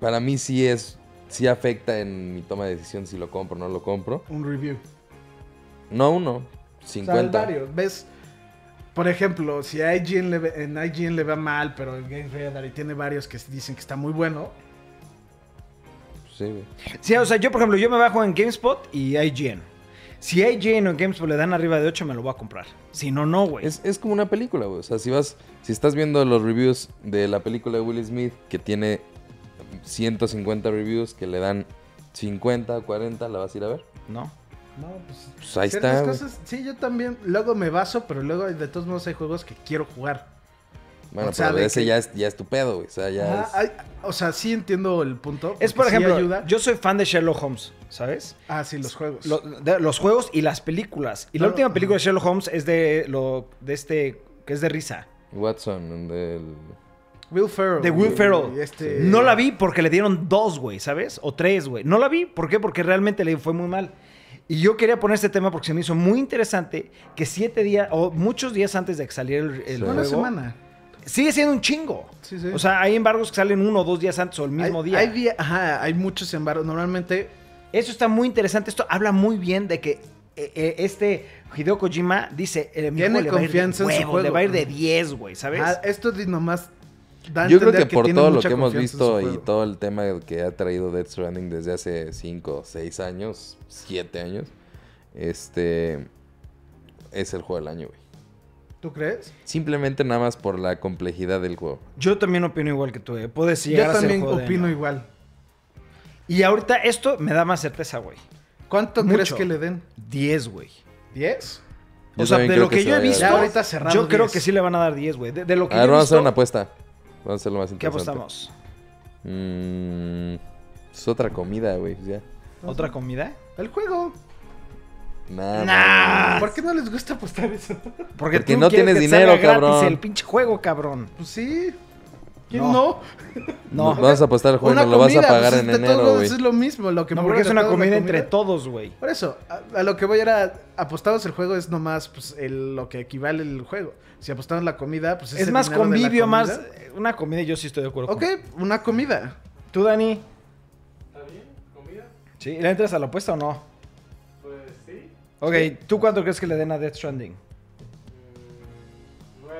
S2: para mí sí es, sí afecta en mi toma de decisión si lo compro o no lo compro.
S3: Un review.
S2: No uno, 50.
S3: varios. ¿Ves? Por ejemplo, si a IGN le ve- en IGN le va mal, pero el Game Radar y tiene varios que dicen que está muy bueno.
S2: Sí, güey.
S1: Sí, o sea, yo, por ejemplo, yo me bajo en GameSpot y IGN. Si IGN o en GameSpot le dan arriba de 8, me lo voy a comprar. Si no, no, güey.
S2: Es, es como una película, güey. O sea, si vas, si estás viendo los reviews de la película de Will Smith, que tiene 150 reviews, que le dan 50, 40, la vas a ir a ver.
S1: No.
S3: No, pues.
S2: Pues ahí
S3: ciertas
S2: está. güey.
S3: cosas, sí, yo también. Luego me baso, pero luego de todos modos hay juegos que quiero jugar.
S2: Bueno,
S3: o sea,
S2: pero de
S3: de
S2: ese
S3: que-
S2: ya es, ya es tu pedo, güey. O sea, ya
S3: Ajá, hay- o sea, sí entiendo el punto.
S1: Es,
S3: porque
S1: por
S3: sí
S1: ejemplo,
S3: ayuda.
S1: yo soy fan de Sherlock Holmes, ¿sabes?
S3: Ah, sí, los juegos.
S1: Lo- de los juegos y las películas. Y la
S3: No,
S1: última
S3: no.
S1: película de Sherlock Holmes es de, lo, de este, que es de risa.
S2: es Watson, del...
S3: Will Ferrell.
S1: De Will
S3: y-
S1: Ferrell.
S3: y este-
S1: No la vi porque le dieron dos, güey, ¿sabes? O tres, güey. No la vi, ¿por qué? Porque realmente le fue muy mal. Y yo quería poner este tema porque se me hizo muy interesante que siete días, o muchos días antes de que saliera el, el
S2: Sí.
S1: juego,
S3: Una semana.
S1: sigue siendo un chingo.
S3: Sí, sí.
S1: O sea, hay embargos que salen uno o dos días antes o el mismo
S3: hay,
S1: día.
S3: Hay, día- ajá, hay muchos embargos. Normalmente
S1: Eso está muy interesante. Esto habla muy bien de que eh, eh, este Hideo Kojima dice: eh, mi
S3: Tiene
S1: juego le va a ir de
S3: confianza en su
S1: huevo, Le
S3: juego.
S1: va a ir de 10, güey, ¿sabes?
S3: Ah, esto di- nomás da a
S2: Yo creo
S3: entender
S2: que por
S3: tiene
S2: todo lo
S3: mucha
S2: que hemos
S3: confianza en su
S2: visto y
S3: juego.
S2: todo el tema que ha traído Death Stranding desde hace 5, 6 años, 7 años, este es el juego del año, güey.
S3: ¿Tú crees?
S2: Simplemente nada más por la complejidad del juego.
S1: Yo también opino igual que tú, eh. Puedes llegar
S3: Yo
S1: a ser
S3: también
S1: juego de
S3: opino
S1: año.
S3: igual.
S1: Y ahorita esto me da más certeza, güey.
S3: ¿Cuánto
S1: Mucho.
S3: crees que le den?
S1: 10, güey.
S3: ¿10?
S2: Yo
S1: O sea,
S2: también
S1: de
S2: creo
S1: lo que,
S2: que se
S1: yo he
S2: va a dar.
S1: visto.
S3: Ya ahorita cerrado
S1: Yo creo
S3: 10.
S1: que sí le van a dar 10, güey. De, de lo que
S2: A ver,
S1: yo he
S2: vamos a hacer
S1: visto,
S2: una apuesta. Vamos a hacer lo más
S1: ¿Qué
S2: interesante.
S1: apostamos?
S2: Mm, es otra comida, güey. pues Ya.
S1: ¿Otra comida?
S3: El juego.
S2: Nah,
S1: Nah.
S2: mames.
S3: ¿Por qué no les gusta apostar eso?
S1: Porque,
S2: Porque
S1: tú
S2: no
S1: quieres
S2: tienes
S1: que salga
S2: dinero, cabrón.
S1: el pinche juego, cabrón.
S3: Pues sí. ¿Quién
S1: No.
S3: no?
S1: No,
S2: No, Vamos a apostar el juego,
S3: Una
S2: nos lo vas a
S3: comida,
S2: pagar
S3: pues,
S2: en
S3: es de
S2: enero,
S3: todos modos,
S2: güey.
S3: Es lo mismo. Lo que
S1: no
S3: me
S1: porque es
S3: vuelve
S1: una
S3: toda la
S1: comida entre todos, güey.
S3: Por eso, a, a lo que voy era apostados el juego es nomás pues, el- lo que equivale el juego. Si apostamos la comida, pues
S1: Es
S3: ese
S1: más
S3: dinero de la
S1: convivio, más. eh,
S3: comida-
S1: Una comida, yo sí estoy de acuerdo.
S3: Ok,
S1: con-
S3: una comida.
S1: ¿Tú, Dani? ¿Está bien? ¿Comida? Sí, ¿le entras a la apuesta o no? Pues sí. Mm, Ok, ¿tú cuánto crees que le den a Death Stranding?
S6: 9.3.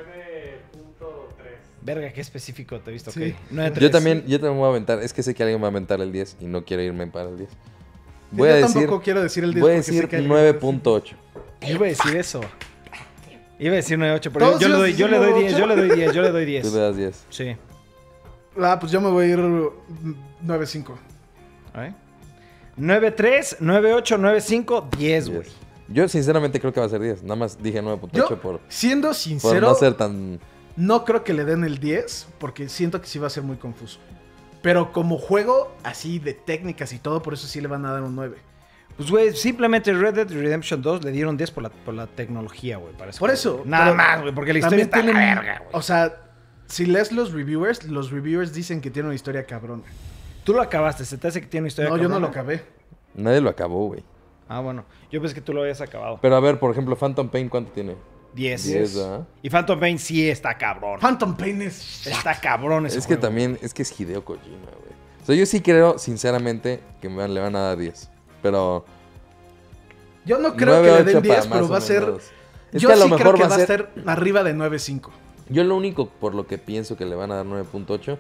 S1: Verga, qué específico te he visto. ok.
S3: Sí.
S1: Nueve,
S2: Yo
S1: tres.
S2: también, yo también voy a aventar. Es que sé que alguien va a aventar el 10 y no quiero irme para el 10.
S3: Sí,
S2: Voy a
S3: yo
S2: decir,
S3: tampoco quiero decir el 10
S2: voy a
S3: porque sé
S2: decir
S3: que hay-
S2: 9.8.
S1: Yo iba a decir eso. Iba a decir 9.8, pero
S3: Todos
S1: yo le,
S3: ibas a
S1: doy,
S3: decir
S1: yo le doy 10,
S3: 9.8.
S1: yo le doy 10, yo le doy 10.
S2: Tú le das 10.
S1: Sí.
S3: Ah, pues yo me voy a ir mm, 9.5.
S1: A ver. 9.3, 9.8, 9.5, 10,
S2: 10.
S1: güey.
S2: Yo sinceramente creo que va a ser 10. Nada más dije 9.8
S3: Yo,
S2: por,
S3: siendo
S2: por
S3: sincero,
S2: no ser tan...
S3: no creo que le den el 10 porque siento que sí va a ser muy confuso. Pero como juego así de técnicas y todo, por eso sí le van a dar un 9.
S1: Pues, güey, simplemente Red Dead Redemption 2 le dieron 10 por la, por la tecnología, güey. para ese
S3: Por
S1: juego.
S3: eso,
S1: Nada
S3: pero
S1: más, güey, porque la historia está de
S3: tienen-
S1: verga, güey.
S3: O sea, si lees los reviewers, los reviewers dicen que tiene una historia cabrona.
S1: Tú lo acabaste, se te hace que tiene una
S3: No,
S1: historia
S3: yo no
S1: cabrona?
S3: lo acabé.
S2: Nadie lo acabó, güey.
S1: Ah, bueno. Yo pensé que tú lo habías acabado.
S2: Pero a ver, por ejemplo, Phantom Pain, ¿cuánto tiene?
S1: 10.
S2: 10, ¿verdad?
S1: Y Phantom Pain sí está cabrón.
S3: Phantom Pain es...
S1: Está cabrón ese
S2: Es que
S1: juego.
S2: también, es que es Hideo Kojima, güey. O sea, yo sí creo, sinceramente, que me van- le van a dar 10. Pero
S3: Yo no creo que le
S2: 9.8
S3: den
S2: para
S3: 10,
S2: más
S3: pero
S2: o
S3: va a ser...
S2: menos. Es
S3: Yo
S2: que a lo
S3: sí creo
S2: mejor
S3: que
S2: va a ser...
S3: arriba de 9.5.
S2: Yo lo único por lo que pienso que le van a dar 9.8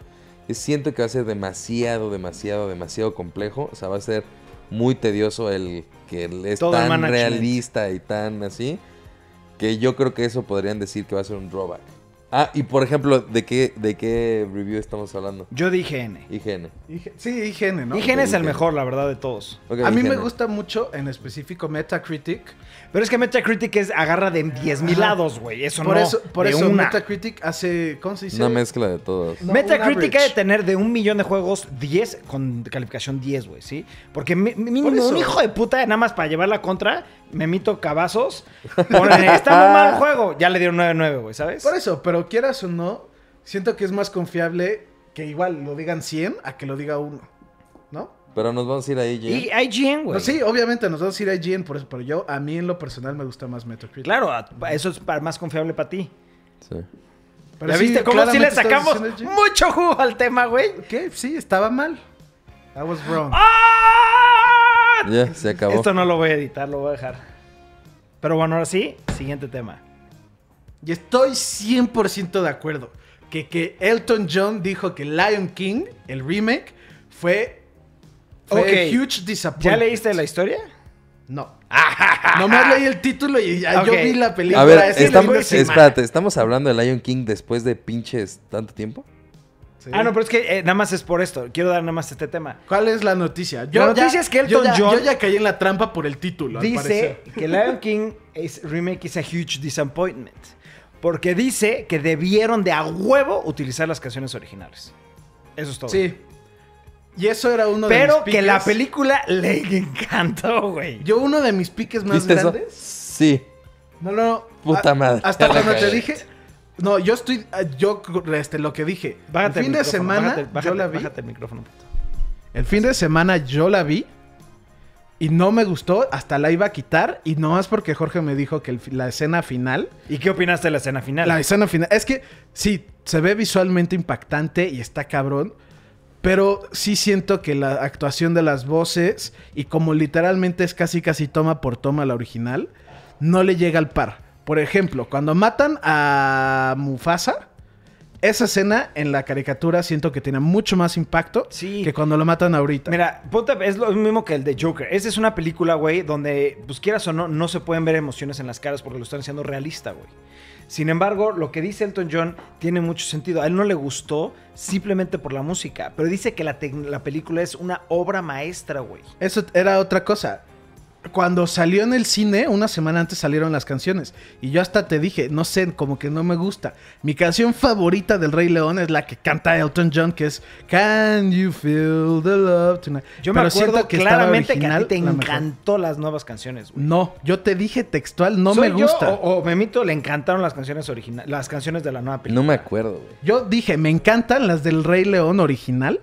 S2: es siento que va a ser demasiado, demasiado, demasiado complejo. O sea, va a ser muy tedioso el que él es
S1: Todo el
S2: tan
S1: management.
S2: realista y tan así. Que yo creo que eso podrían decir que va a ser un drawback. Ah, y por ejemplo, ¿de qué, de qué review estamos hablando?
S1: Yo dije N.
S2: IGN.
S3: Ig- Sí, IGN, ¿no?
S1: IGN es el
S2: IGN.
S1: mejor, la verdad, de todos.
S2: Ok,
S3: A mí me
S2: IGN.
S3: gusta mucho, en específico, Metacritic.
S1: Pero es que Metacritic es, agarra de 10.000
S3: Ajá.
S1: lados, güey. Eso
S3: Por
S1: no.
S3: eso, por
S1: de
S3: eso
S1: una.
S3: Metacritic hace... ¿Cómo se dice?
S2: Una mezcla de todos.
S3: No, un
S1: Metacritic
S3: average.
S1: ha de tener de un millón de juegos 10 con calificación 10, güey, ¿sí? Porque mi- mi- mínimo
S3: eso.
S1: un hijo de puta, nada más para llevar la contra, me mito cabazos. Ponen, está muy mal el juego. Ya le dieron 9-9, güey, ¿sabes?
S3: Por eso, pero quieras o no, siento que es más confiable que igual lo digan 100 a que lo diga uno. ¿No?
S2: Pero nos vamos a ir a IGN.
S1: Y IGN, güey.
S3: No, Pues sí, obviamente nos vamos a ir a IGN por eso, pero yo, a mí en lo personal me gusta más Metacritic.
S1: Claro, a- eso es para- más confiable para ti.
S2: Sí.
S3: Pero
S1: ¿Ya
S3: sí,
S1: viste cómo sí
S3: claramente
S1: le
S3: estás
S1: sacamos
S3: diciendo IGN.
S1: mucho jugo al tema, güey?
S3: Ok, sí, estaba mal. I was wrong.
S1: ¡Ah!
S2: Ya, se acabó.
S1: Esto no lo voy a editar, lo voy a dejar. Pero bueno, ahora sí, siguiente tema.
S3: Y estoy 100% de acuerdo que, que Elton John dijo que Lion King, el remake, fue, fue
S1: Ok.
S3: huge disappointment.
S1: ¿Ya leíste la historia? (laughs)
S3: No. Nomás leí el título y ya
S1: Ok.
S3: yo vi la película.
S2: A ver,
S3: ese
S2: estamos,
S3: fin de semana.
S2: espérate, ¿estamos hablando de Lion King después de pinches tanto tiempo?
S3: Sí.
S1: Ah, no, pero es que eh, nada más es por esto. Quiero dar nada más este tema.
S3: ¿Cuál es la noticia?
S1: La noticia es que Elton
S3: yo ya,
S1: John-
S3: yo ya caí en la trampa por el título, al
S1: Dice
S3: parecer.
S1: que Lion King es- remake is a huge disappointment. Porque dice que debieron de a huevo utilizar las canciones originales. Eso es todo.
S3: Sí. Y eso era uno de mis
S1: Pero
S3: piques.
S1: que la película le encantó, güey.
S3: Yo uno de mis piques más
S2: ¿Viste eso?
S3: grandes...
S2: Sí.
S3: No, no, no.
S2: Puta
S3: A-
S2: madre.
S3: Hasta
S2: Ya la
S3: cuando te
S2: cagué.
S3: dije... No, yo estoy... ah, Yo, este, lo que dije.
S1: Bájate
S3: el fin de
S1: micrófono,
S3: semana
S1: bájate- bájate-
S3: yo la vi.
S1: Bájate el micrófono. puto.
S3: El fin de semana yo la vi. Y no me gustó. Hasta la iba a quitar. Y no más porque Jorge me dijo que el fi- la escena final...
S1: ¿Y qué opinaste de la escena final?
S3: La escena final. Es que sí, se ve visualmente impactante y está cabrón. Pero sí siento que la actuación de las voces y como literalmente es casi casi toma por toma la original, no le llega al par. Por ejemplo, cuando matan a Mufasa, esa escena en la caricatura siento que tiene mucho más impacto
S1: Sí.
S3: que cuando lo matan ahorita.
S1: Mira, ponte, es lo mismo que el de Joker. Esta es una película, güey, donde, pues quieras o no, no se pueden ver emociones en las caras porque lo están haciendo realista, güey. Sin embargo, lo que dice Elton John tiene mucho sentido. A él no le gustó simplemente por la música, pero dice que la, tec- la película es una obra maestra, güey.
S3: Eso era otra cosa. Cuando salió en el cine, una semana antes salieron las canciones. Y yo hasta te dije, no sé, como que no me gusta. Mi canción favorita del Rey León es la que canta Elton John, que es Can You Feel the Love Tonight.
S1: Yo me
S3: Pero siento
S1: acuerdo
S3: estaba
S1: claramente
S3: original
S1: que a ti te
S3: la mejor.
S1: encantó las nuevas canciones, güey.
S3: No, yo te dije textual, no
S1: ¿Soy
S3: me
S1: yo
S3: gusta. Yo,
S1: o, o Memito le encantaron las canciones originales, las canciones de la nueva película.
S2: No me acuerdo, güey.
S3: dije, me encantan las del Rey León original.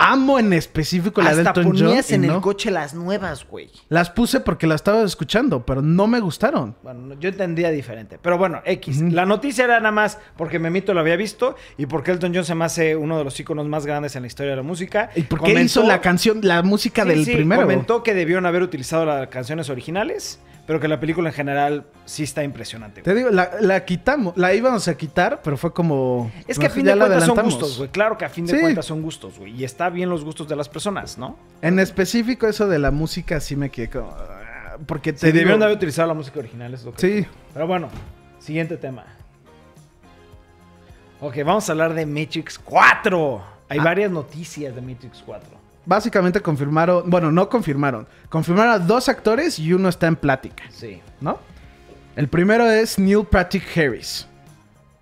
S3: Amo en específico la de
S1: Hasta
S3: Elton John.
S1: ponías
S3: y
S1: en el
S3: no.
S1: coche las nuevas, güey.
S3: Las puse porque las estaba escuchando, pero no me gustaron.
S1: Bueno, no- yo entendía diferente. Pero bueno, X. La noticia era nada más porque Memito lo había visto y porque Elton John se me hace uno de los íconos más grandes en la historia de la música.
S3: ¿Y por qué hizo la canción, la música
S1: Sí,
S3: del
S1: sí,
S3: primero?
S1: Comentó que debieron haber utilizado las canciones originales, pero que la película en general sí está impresionante.
S3: Te digo, la, la quitamos, la íbamos a quitar, pero fue como.
S1: Es que a
S3: mejor
S1: fin
S3: pues ya
S1: de
S3: la
S1: cuentas son
S3: adelantamos.
S1: gustos, güey. Claro que a fin de
S3: Sí.
S1: cuentas son gustos, güey. Y está bien los gustos de las personas, ¿no?
S3: En específico, eso de la música sí me quedé como. ah, Porque te
S1: Se
S3: digo-
S1: debieron de haber utilizado la música original, es lo que
S3: Sí.
S1: Pero bueno, siguiente tema. Ok, vamos a hablar de Matrix 4. Hay
S3: Ah.
S1: varias noticias de Matrix 4.
S3: Básicamente confirmaron, bueno, no confirmaron. Confirmaron a dos actores y uno está en plática,
S1: Sí.
S3: ¿no? El primero es Neil Patrick Harris.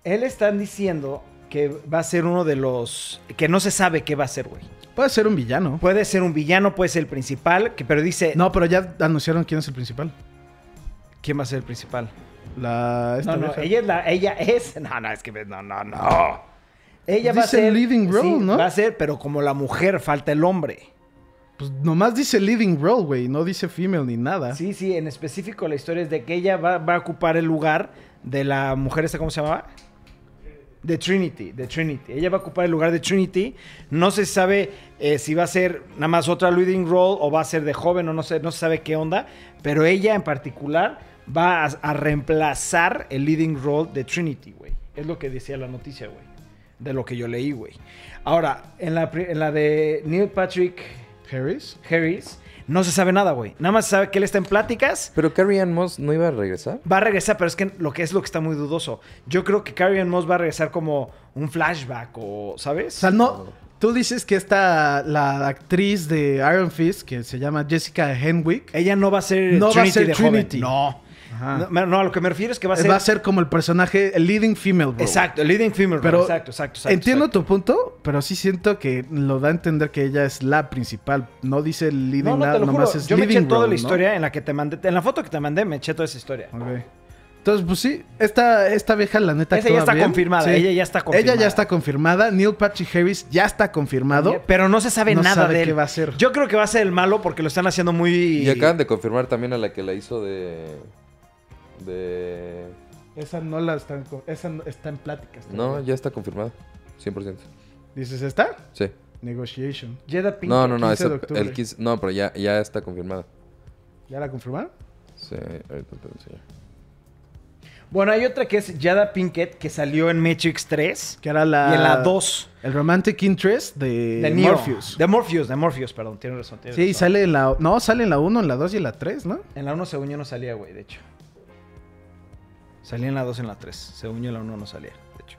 S1: Él están diciendo que va a ser uno de los... que no se sabe qué va a ser, güey.
S3: Puede ser un villano.
S1: Puede ser un villano, puede ser el principal, que, pero dice...
S3: No, pero ya anunciaron quién es el principal.
S1: ¿Quién va a ser el principal?
S3: La. esta
S1: No, no,
S3: vieja.
S1: ella es la... Ella es... (laughs) No, no, es que... No, no, no. Ella va a
S3: Dice
S1: ser...
S3: leading role,
S1: sí,
S3: ¿no?
S1: Va a ser, pero como la mujer, falta el hombre.
S3: Pues nomás dice leading role, güey. No dice female ni nada.
S1: Sí, sí, en específico la historia es de que ella va, va a ocupar el lugar de la mujer esta, ¿cómo se llamaba? De Trinity, de Trinity. Ella va a ocupar el lugar de Trinity. No se sabe eh, si va a ser nada más otra leading role o va a ser de joven o no se, no se sabe qué onda. Pero ella en particular va a, a reemplazar el leading role de Trinity, güey. Es lo que decía la noticia, güey. De lo que yo leí, güey. Ahora, en la, pri- en la de Neil Patrick
S3: Harris.
S1: Harris, no se sabe nada, güey. Nada más se sabe que él está en pláticas.
S2: Pero Carrie Ann Moss no iba a regresar.
S1: Va a regresar, pero es que lo que es lo que está muy dudoso. Yo creo que Carrie Ann Moss va a regresar como un flashback o, ¿sabes?
S3: O sea, no. Tú dices que esta, la actriz de Iron Fist, que se llama Jessica Henwick,
S1: Ella no va a ser
S3: No va a ser
S1: de joven.
S3: Trinity.
S1: No.
S3: Ajá.
S1: no. no, a lo que me refiero es que va a ser...
S3: va a ser como el personaje, el leading female role.
S1: Exacto, el leading female.
S3: Pero
S1: role. exacto, exacto, exacto.
S3: Entiendo
S1: exacto.
S3: tu punto, pero sí siento que lo da a entender que ella es la principal. No dice leading
S1: No, no, te
S3: nada,
S1: lo juro.
S3: nomás es
S1: Yo me eché
S3: leading
S1: toda
S3: role,
S1: la
S3: ¿no?
S1: historia en la que te mandé... En la foto que te mandé me eché toda esa historia.
S3: Ok. Entonces, pues sí, esta, esta vieja, la neta,
S1: Esa ya
S3: actúa
S1: está
S3: bien.
S1: confirmada,
S3: Sí.
S1: ella ya está confirmada.
S3: Ella ya está confirmada. Neil Patrick Harris ya está confirmado.
S1: Pero no se sabe
S3: No
S1: nada
S3: sabe
S1: de él.
S3: qué va a ser.
S1: Yo creo que va a ser el malo porque lo están haciendo muy...
S2: Y acaban de confirmar también a la que la hizo de. De.
S3: Esa no la están. co- Esa no- está en pláticas.
S2: No, ya está confirmada. 100%.
S3: ¿Dices esta?
S2: Sí.
S3: Negotiation.
S1: Jada Pinkett.
S2: No, no, no.
S3: 15 de
S2: esa-
S3: octubre.
S2: el 15 no, pero ya, ya está confirmada.
S3: ¿Ya la confirmaron?
S2: Sí, ahorita te enseño.
S1: Bueno, hay otra que es Jada Pinkett, que salió en Matrix 3
S3: Que era la.
S1: y en la 2
S3: El Romantic Interest Ah, de,
S1: de Neo.
S3: Morpheus.
S1: De Morpheus, de Morpheus, perdón, tienes razón. tienes
S3: Sí, y
S1: razón.
S3: sale en la. No, sale en la 1, en la 2 y en la 3, ¿no?
S1: En la 1 según yo no salía, güey, de hecho. Salía en la 2 en la 3. Según yo en la 1 no salía, de hecho.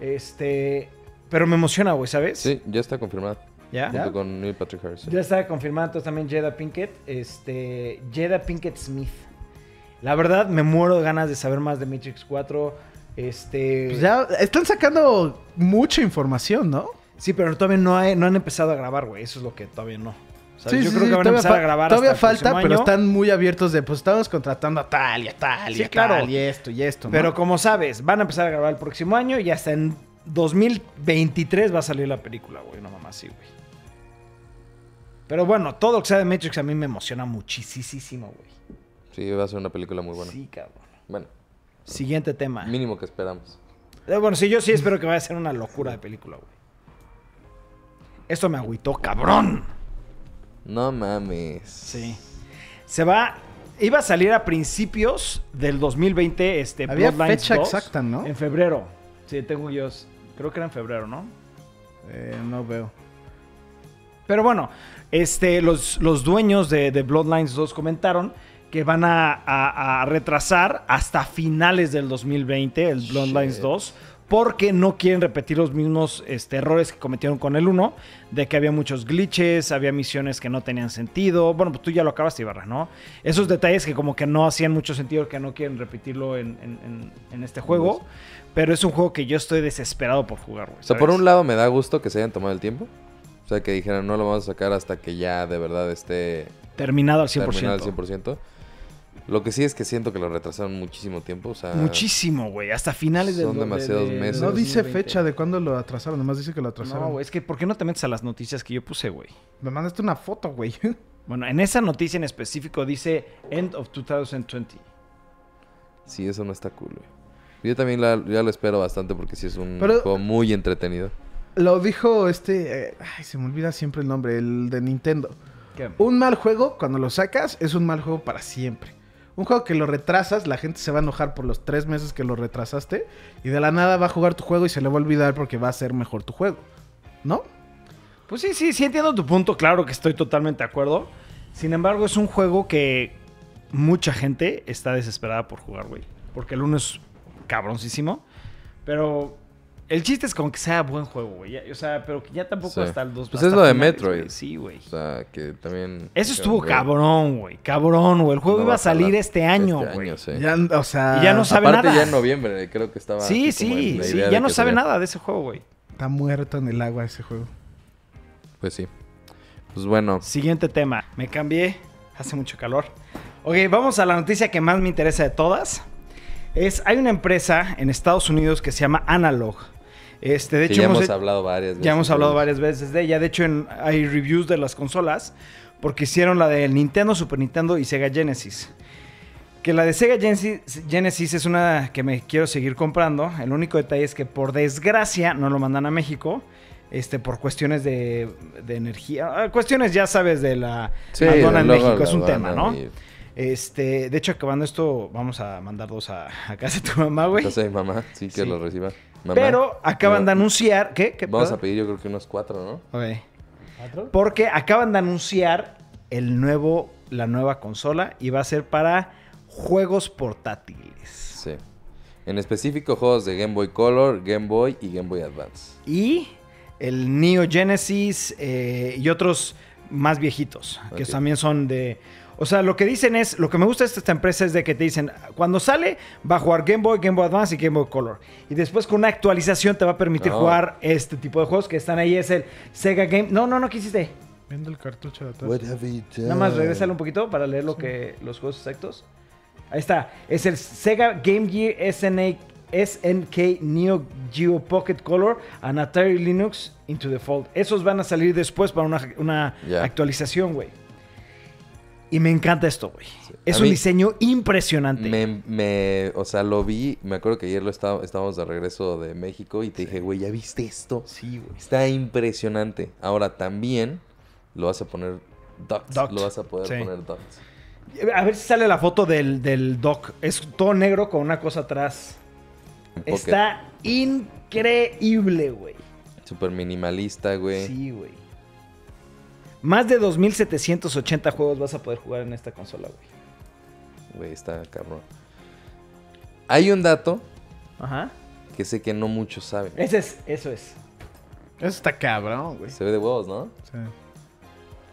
S1: Este... Pero me emociona, güey, ¿sabes?
S2: Sí, ya está confirmada.
S1: ¿Ya?
S2: Junto con Neil Patrick Harris. sí.
S1: Ya está confirmada entonces también Jada Pinkett, este, Jada Pinkett Smith. La verdad, me muero de ganas de saber más de Matrix 4. Este,
S3: Pues ya están sacando mucha información, ¿no?
S1: Sí, pero todavía no, hay- no han empezado a grabar, güey. Eso es lo que todavía no. O sea, yo creo que van a
S3: todavía
S1: empezar a
S3: fa-
S1: grabar.
S3: Todavía
S1: hasta el
S3: falta,
S1: próximo
S3: pero
S1: año.
S3: están muy abiertos de pues estamos contratando a tal y a tal
S1: Sí,
S3: y a
S1: claro.
S3: tal y esto y esto. ¿no?
S1: Pero como sabes, van a empezar a grabar el próximo año y hasta en 2023 va a salir la película, güey. No mamá, sí, güey. Pero bueno, todo lo que sea de Matrix a mí me emociona muchísimo, güey.
S2: Sí, va a ser una película muy buena.
S1: Sí, cabrón.
S2: Bueno,
S1: Siguiente tema.
S2: mínimo que esperamos.
S1: Eh, Bueno, sí, yo sí espero que vaya a ser una locura de película, güey. Esto me agüitó, cabrón.
S2: No mames.
S1: Sí. Se va. Iba a salir a principios del 2020 este
S3: Había
S1: Bloodlines
S3: fecha
S1: 2,
S3: exacta, ¿no?
S1: En febrero. Sí, tengo yo. Creo que era en febrero, ¿no?
S3: Eh, no veo.
S1: Pero bueno, este, los, los dueños de, de Bloodlines 2 comentaron que van a, a- a retrasar hasta finales del 2020 el Bloodlines 2 porque no quieren repetir los mismos este, errores que cometieron con el 1, de que había muchos glitches, había misiones que no tenían sentido. Bueno, pues tú ya lo acabas de Ibarra, ¿no? Esos detalles que como que no hacían mucho sentido, que no quieren repetirlo en, en- en- en este juego. Pero es un juego que yo estoy desesperado por jugar, güey.
S2: Pues. O sea, por
S1: ¿sabes?
S2: un lado me da gusto que se hayan tomado el tiempo. O sea, que dijeran, no lo vamos a sacar hasta que ya de verdad esté
S1: Terminado al 100%.
S2: terminado al 100%. Lo que sí es que siento que lo retrasaron muchísimo tiempo. O sea,
S1: Muchísimo, güey. Hasta finales del
S2: Son
S1: do- de
S2: demasiados
S1: de-
S2: meses.
S3: No
S2: Eso es
S3: dice fecha de cuándo lo atrasaron, nomás dice que lo atrasaron.
S1: No, güey. Es que, ¿por qué no te metes a las noticias que yo puse, güey?
S3: Me mandaste una foto, güey. (laughs)
S1: Bueno, en esa noticia en específico dice End of 2020.
S2: Sí, eso no está cool, güey. Yo también la- ya lo espero bastante porque sí es un
S3: Pero-
S2: juego muy entretenido.
S3: lo dijo este. eh, ay, se me olvida siempre el nombre, el de Nintendo.
S1: ¿Qué?
S3: Un mal juego, cuando lo sacas, es un mal juego para siempre. Un juego que lo retrasas, la gente se va a enojar por los tres meses que lo retrasaste. Y de la nada va a jugar tu juego y se le va a olvidar porque va a ser mejor tu juego. ¿No?
S1: Pues sí, sí, sí entiendo tu punto. Claro que estoy totalmente de acuerdo. Sin embargo, es un juego que mucha gente está desesperada por jugar, güey. Porque el uno es cabroncísimo. Pero el chiste es como que sea buen juego, güey. Ya- O sea, pero que ya tampoco
S2: Sí.
S1: hasta el 2.
S2: Pues es lo de Metroid.
S1: Sí, güey.
S2: O sea, que también...
S1: Eso estuvo
S2: güey,
S1: cabrón, güey. Cabrón, güey. El juego
S2: no
S1: iba
S2: va
S1: a salir
S2: jalar
S1: este año,
S2: este
S1: güey.
S2: sí.
S3: Ya, o sea.
S1: Y ya no sabe
S2: Aparte
S1: nada.
S2: ya en noviembre creo que estaba...
S1: Sí,
S2: así como
S1: sí,
S2: la
S1: sí,
S2: idea de
S1: ya no
S2: que
S1: sabe
S2: salía.
S1: nada de ese juego, güey.
S3: Está muerto en el agua ese juego.
S2: Pues sí. Pues bueno.
S1: Siguiente tema. Me cambié, hace mucho calor. Ok, vamos a la noticia que más me interesa de todas. Es, hay una empresa en Estados Unidos que se llama Analog. Este, de
S2: que
S1: hecho,
S2: ya hemos
S1: he-
S2: hablado varias veces.
S1: Ya hemos hablado
S2: güey.
S1: varias veces de ella. De hecho, en- hay reviews de las consolas. Porque hicieron la de Nintendo, Super Nintendo y Sega Genesis. Que la de Sega Genesis, Genesis es una que me quiero seguir comprando. El único detalle es que por desgracia no lo mandan a México. Este, por cuestiones de, de energía. Ah, Cuestiones, ya sabes, de la
S2: Sí,
S1: aduana en
S2: luego
S1: México.
S2: la
S1: es un tema,
S2: aduana
S1: ¿no?
S2: y-
S1: Este, de hecho, acabando esto, vamos a mandar dos a, a casa de tu mamá, güey.
S2: Casa de mi mamá, sí que
S1: Sí.
S2: lo reciba. Mamá,
S1: Pero acaban
S2: yo-
S1: de anunciar. ¿Qué? ¿Qué
S2: Vamos
S1: pedo?
S2: a pedir yo creo que unos cuatro, ¿no?
S1: Ok. Porque acaban de anunciar el nuevo, la nueva consola y va a ser para juegos portátiles.
S2: Sí. En específico juegos de Game Boy Color, Game Boy y Game Boy Advance.
S1: Y el Neo Genesis eh, y otros más viejitos, que
S2: Ok.
S1: también son de... O sea, lo que dicen es, lo que me gusta de esta empresa es de que te dicen, cuando sale va a jugar Game Boy, Game Boy Advance y Game Boy Color. Y después con una actualización te va a permitir
S2: No.
S1: jugar este tipo de juegos que están ahí, es el Sega Game... No, no, no, ¿qué hiciste?
S3: Viendo el cartucho de
S1: Pues,
S3: atrás.
S1: Nada más regresalo un poquito para leer lo que los juegos exactos. Ahí está. Es el Sega Game Gear SNK, SNK Neo Geo Pocket Color and Atari Linux Into the Fold. Esos van a salir después para una, una
S2: Ya.
S1: actualización, güey. Y me encanta esto, güey. Es
S2: A
S1: un
S2: mí-
S1: diseño impresionante.
S2: Me, me- o sea, lo vi, me acuerdo que ayer lo estaba, estábamos de regreso de México y te dije, güey, ¿ya viste esto?
S1: Sí, güey.
S2: Está impresionante. Ahora también lo vas a poner ducts,
S1: Duct,
S2: lo vas a poder
S1: sí.
S2: poner ducts.
S1: A ver si sale la foto del, del dock. Es todo negro con una cosa atrás.
S2: Pocket.
S1: Está increíble, güey.
S2: Súper minimalista, güey.
S1: Sí, güey. Más de 2.780 juegos vas a poder jugar en esta consola, güey.
S2: Güey, está cabrón. Hay un dato
S1: Ajá.
S2: que sé que no muchos saben.
S1: Ese es, eso es.
S3: Eso está cabrón, güey.
S2: Se ve de huevos, ¿no?
S3: Sí.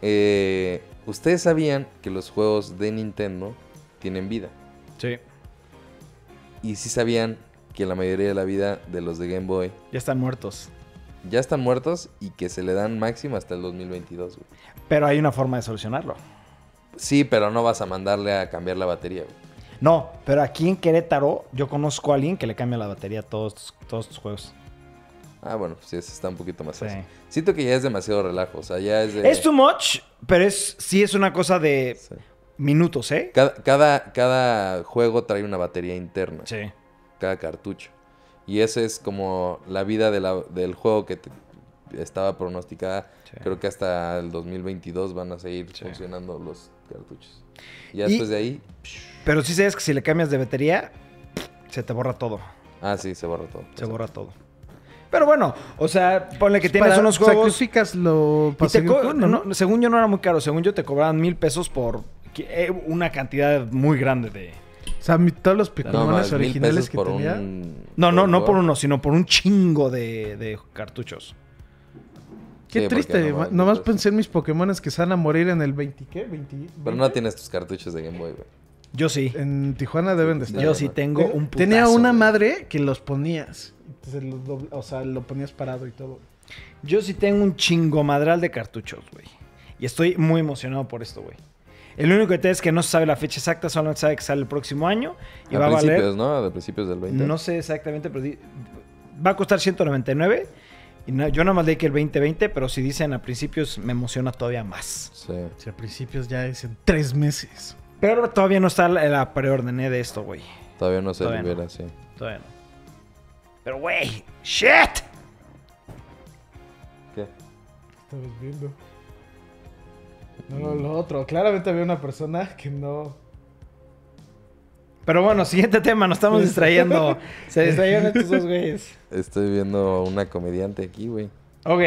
S2: Eh, Ustedes sabían que los juegos de Nintendo tienen vida.
S1: Sí.
S2: Y sí sabían que la mayoría de la vida de los de Game Boy
S1: Ya están muertos.
S2: ya están muertos y que se le dan máximo hasta el 2022, güey.
S1: Pero hay una forma de solucionarlo.
S2: Sí, pero no vas a mandarle a cambiar la batería, güey.
S1: No, pero aquí en Querétaro yo conozco a alguien que le cambia la batería a todos, todos tus juegos.
S2: Ah, bueno, pues sí, eso está un poquito más
S1: Sí.
S2: fácil. Siento que ya es demasiado relajo, o sea, ya es de...
S1: Es too much, pero es, sí es una cosa de
S2: Sí.
S1: minutos, ¿eh?
S2: Cada, cada, cada juego trae una batería interna.
S1: Sí.
S2: cada cartucho. Y esa es como la vida de la- del juego que te estaba pronosticada.
S1: Sí.
S2: Creo que hasta el 2022 van a seguir
S1: Sí.
S2: funcionando los cartuchos. Y ya
S1: Y-
S2: después de ahí,
S1: Pero sí sabes que si le cambias de batería, se te borra todo.
S2: ah, sí, se borró todo.
S1: Se borra todo. Pero bueno, o sea, ponle que tienes
S3: Pues Para-
S1: unos juegos.
S3: Sacrificas lo
S1: Y te
S3: pasado
S1: co- no, según yo no era muy caro, según yo te cobraban mil pesos por qui- eh, una cantidad muy grande de...
S3: O sea, mi- todos los
S2: No,
S3: picomones
S2: más, mil
S3: originales
S2: pesos
S3: que
S2: por
S3: tenía.
S2: un-
S1: No, no, no por
S2: juego.
S1: uno, sino por un chingo de, de cartuchos.
S2: Sí,
S3: Qué
S2: porque
S3: triste.
S2: nomás
S3: ma- Nomás
S2: mil pesos.
S3: pensé en mis Pokémones que se van a morir en el 20, ¿qué? 20,
S2: Pero no tienes tus cartuchos de Game Boy, güey.
S1: Yo sí.
S3: En Tijuana deben de estar.
S1: Yo sí tengo un putazo.
S3: Tenía una
S1: güey.
S3: madre que los ponías. Entonces, los dobl- o sea, lo ponías parado y todo.
S1: Yo sí tengo un chingo madral de cartuchos, güey. Y estoy muy emocionado por esto, güey. El único que te es que no se sabe la fecha exacta, solo se sabe que sale el próximo año y va
S2: A
S1: a valer
S2: principios, ¿no? A principios del 20.
S1: No sé exactamente, pero di- va a costar 199. Y na- yo nada más leí que el 2020, pero si dicen a principios me emociona todavía más.
S2: Sí.
S3: Si a principios ya es en tres meses.
S1: Pero todavía no está la, la preordené de esto, güey.
S2: Todavía no se
S1: Todavía no.
S2: libera, sí.
S1: Todavía no. Pero, güey, shit.
S2: ¿Qué?
S3: Estabas viendo. No,
S1: Mm.
S3: no, lo otro. Claramente había una persona
S1: (laughs)
S3: que no.
S1: Pero bueno, siguiente tema, nos estamos
S2: (laughs)
S1: distrayendo. Se distrayeron estos dos güeyes.
S2: Estoy viendo una comediante aquí, güey.
S1: (laughs) Ok.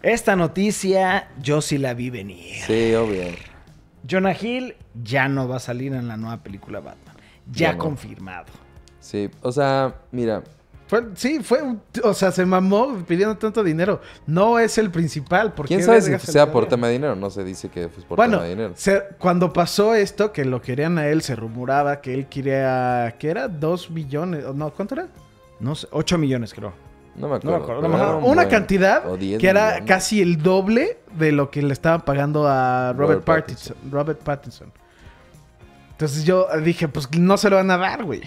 S1: Esta noticia yo sí la vi venir.
S2: Sí, obvio.
S1: Jonah Hill ya no va a salir en la nueva película Batman. Ya
S2: Ya no.
S1: confirmado.
S2: Sí, o sea, mira,
S3: Fue- sí, fue. un- O sea, se mamó pidiendo tanto dinero. No es el principal. ¿por
S2: quién
S3: qué
S2: sabe si
S3: verga se le
S2: sea
S3: da?
S2: por tema de dinero. No se dice que fue por
S3: Bueno,
S2: tema de dinero.
S3: se- cuando pasó esto, que lo querían a él, se rumoraba que él quería. ¿Qué era? Dos billones. o No, ¿cuánto era?
S1: No sé, 8 millones creo.
S2: No me acuerdo.
S1: acuerdo,
S2: pero
S1: no me
S2: era
S1: acuerdo.
S2: un
S3: una
S2: buen-
S3: cantidad
S2: o
S3: que
S2: 10
S3: era
S2: millones.
S3: casi el doble de lo que le estaban pagando a Robert,
S2: Robert
S3: Pattinson. Robert Pattinson. Entonces yo dije, pues no se lo van a dar, güey.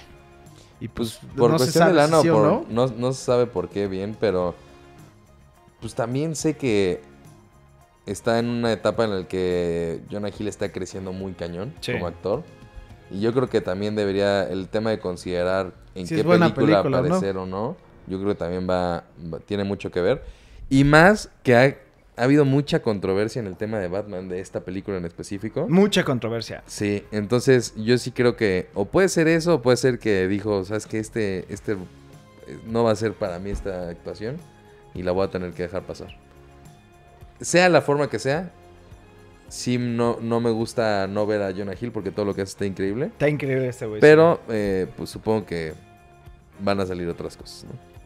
S2: Y pues por
S3: no se
S2: cuestión de
S3: sabe si
S2: lana o
S3: sí o
S2: por-
S3: no.
S2: no. no se sabe por qué bien, pero pues también sé que está en una etapa en la que Jonah Hill está creciendo muy cañón
S1: Sí.
S2: como actor. Y yo creo que también debería el tema de considerar en
S3: Si
S2: qué
S3: es buena
S2: película,
S3: película o no.
S2: aparecer o no. Yo creo que también va, va- tiene mucho que ver. Y más que ha, ha habido mucha controversia en el tema de Batman, de esta película en específico.
S1: Mucha controversia.
S2: Sí, entonces yo sí creo que o puede ser eso, o puede ser que dijo, sabes que este, este eh, no va a ser para mí esta actuación y la voy a tener que dejar pasar. Sea la forma que sea, sí no, no me gusta no ver a Jonah Hill porque todo lo que hace está increíble,
S1: Está increíble este güey.
S2: pero eh, pues supongo que van a salir otras cosas, ¿no?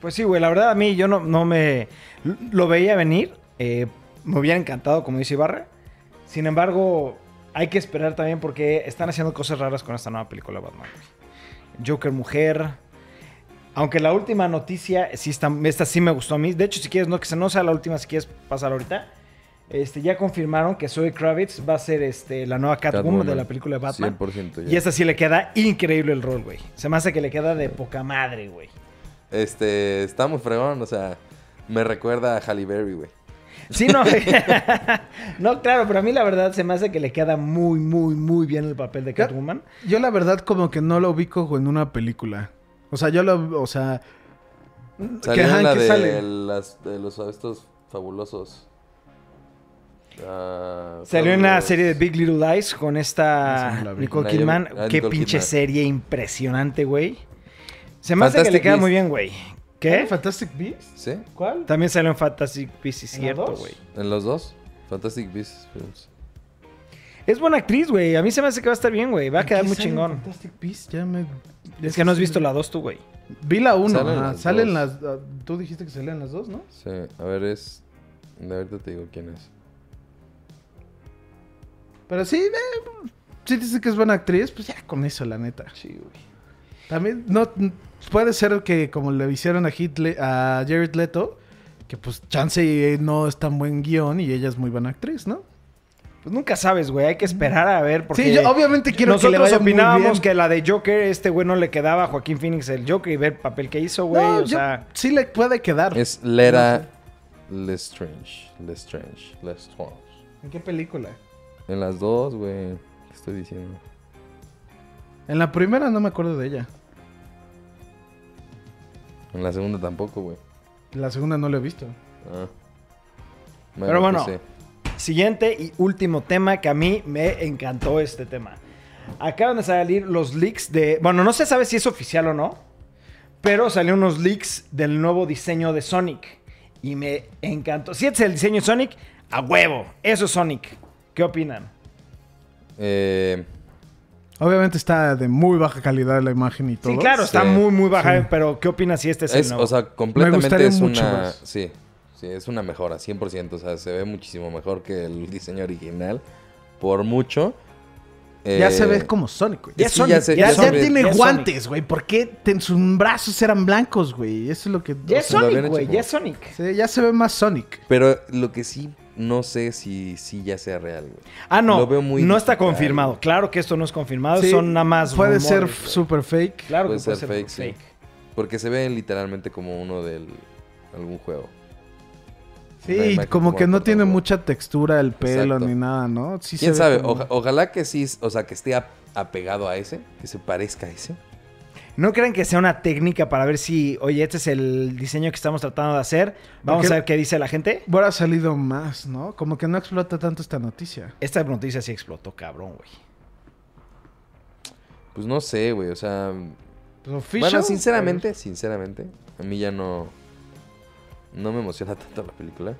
S1: Pues sí, güey, la verdad a mí yo no, no me... Lo veía venir, eh, me hubiera encantado, como dice Ibarra. Sin embargo, hay que esperar también porque están haciendo cosas raras con esta nueva película Batman. güey. Joker Mujer. Aunque la última noticia, sí está, esta sí me gustó a mí. De hecho, si quieres, no que se no sea la última, si quieres pasar ahorita. Este, ya confirmaron que Zoe Kravitz va a ser este, la nueva Catwoman, de
S2: Catwoman.
S1: la película de Batman.
S2: 100% ya.
S1: Y esta sí le queda increíble el rol, güey. Se me hace que le queda de poca madre, güey.
S2: Este, está muy fregón, o sea, me recuerda a Halle Berry, güey.
S1: Sí, no. (laughs) no, claro, pero a mí la verdad se me hace que le queda muy, muy, muy bien el papel de
S3: Ya.
S1: Catwoman.
S3: Yo la verdad como que no lo ubico en una película. O sea, yo lo... O sea...
S2: Salió
S3: ajá,
S2: en la
S3: ¿qué
S2: de,
S3: sale?
S2: las- de los estos fabulosos. Ah,
S1: Salió en una
S2: fabulosos.
S1: serie de Big Little Lies con
S3: Esa no
S1: esta
S3: la vi.
S1: Nicole
S2: La
S1: Kidman.
S2: llevo- ah,
S1: Qué
S2: Nicole
S1: pinche
S2: Kidman.
S1: serie impresionante, güey. Se me hace que le
S2: Fantastic
S1: queda
S2: Beasts.
S1: muy bien, güey. ¿Qué?
S3: ¿Fantastic Beasts?
S2: ¿Sí?
S3: ¿Cuál?
S1: También salió en Fantastic Beasts, es
S3: ¿En la
S1: cierto,
S3: dos?
S1: güey.
S2: ¿En los dos? Fantastic Beasts Films.
S1: Es buena actriz, güey. A mí se me hace que va a estar bien, güey. Va a
S3: ¿En
S1: quedar
S3: qué
S1: muy
S3: sale en
S1: chingón.
S3: Fantastic Beasts, ya me...
S1: Es que no has visto la 2 tú, güey.
S3: Vi la 1.
S2: Salen
S3: Salen,
S2: las
S3: salen
S2: dos.
S3: las... ah, Tú dijiste que salían las dos, ¿no?
S2: Sí, a ver, es. De ahorita te digo quién es.
S3: Pero sí, eh, sí dice que es buena actriz, pues ya con eso, la neta.
S1: Sí, güey.
S3: También no puede ser que como le hicieron a, Heath Le- a Jared Leto, que pues chance eh, no es tan buen guión y ella es muy buena actriz, ¿no?
S1: Pues nunca sabes, güey. Hay que esperar a ver. Porque
S3: Mm. sí, yo obviamente quiero que
S1: Nosotros
S3: le vaya muy
S1: opinábamos
S3: bien.
S1: que la de Joker, este güey no le quedaba a Joaquín Phoenix el Joker y ver el papel que hizo, güey.
S3: No,
S1: o
S3: yo-
S1: sea,
S3: sí le puede quedar.
S2: Es Lera Lestrange. Lestrange. Lestrange.
S3: ¿En qué película?
S2: En las dos, güey. ¿Qué estoy diciendo?
S3: En la primera no me acuerdo de ella.
S2: En la segunda tampoco, güey.
S3: La segunda no lo he visto.
S2: Ah.
S1: Pero bueno.
S2: pues sí.
S1: Siguiente y último tema que a mí me encantó este tema. Acaban de salir los leaks de... Bueno, no se sabe si es oficial o no, pero salieron unos leaks del nuevo diseño de Sonic. Y me encantó. Si este es el diseño de Sonic, a huevo. Eso es Sonic. ¿Qué opinan?
S2: Eh,
S3: Obviamente está de muy baja calidad la imagen y todo.
S1: Sí, claro, está
S2: Sí,
S1: muy, muy baja,
S3: sí.
S1: pero ¿qué opinas si este es, el
S2: es,
S1: nuevo?
S2: o sea, completamente
S3: gustaría
S2: es
S3: mucho
S2: una...
S3: más.
S2: Sí, sí, es una mejora, 100%. O sea, se ve muchísimo mejor que el diseño original, por mucho.
S3: Ya se
S2: Eh,
S3: ve como Sonic, güey.
S1: Ya
S3: Ya,
S1: es
S2: sí, ya
S1: Sonic,
S2: se-
S1: ya
S2: ya
S1: es
S2: se ve-
S1: Sonic,
S3: tiene
S1: ya es
S3: guantes, güey. ¿Por qué te- sus brazos eran blancos, güey? Eso es lo que...
S1: Ya es
S3: o sea,
S2: lo
S1: Sonic,
S2: habían hecho
S1: güey.
S2: como-
S1: Ya es Sonic.
S3: se- ya se ve más Sonic.
S2: Pero lo que sí, no sé si, si ya sea real, güey.
S1: Ah, no.
S2: Lo veo muy
S1: no está
S2: digital.
S1: confirmado. Claro que esto no es confirmado.
S3: Sí,
S1: Ah, son nada más.
S3: Puede
S1: rumores,
S3: ser
S1: güey.
S3: super fake.
S1: Claro
S2: Puede
S1: que puede
S2: ser
S1: ser
S2: fake,
S1: fake.
S2: sí. Porque se ve literalmente como uno del algún juego. Una
S3: Sí,
S2: imagen
S3: como que no
S2: recortada,
S3: tiene
S2: güey.
S3: mucha textura el pelo
S2: Exacto.
S3: ni nada, ¿no? Sí se
S2: ¿Quién
S3: ve
S2: sabe?
S3: como-
S2: Oja- ojalá que sí, o sea, que esté ap- apegado a ese, que se parezca a ese.
S1: ¿No creen que sea una técnica para ver si, oye, este es el diseño que estamos tratando de hacer? Vamos
S3: Porque-
S1: a ver qué dice la gente.
S3: Hubiera salido más, ¿no? Como que no explota tanto esta noticia.
S1: Esta noticia sí explotó, cabrón, güey.
S2: Pues no sé, güey, o sea...
S3: Pero Official,
S2: Bueno, sinceramente, sinceramente, a mí ya no... No me emociona (laughs) tanto la película.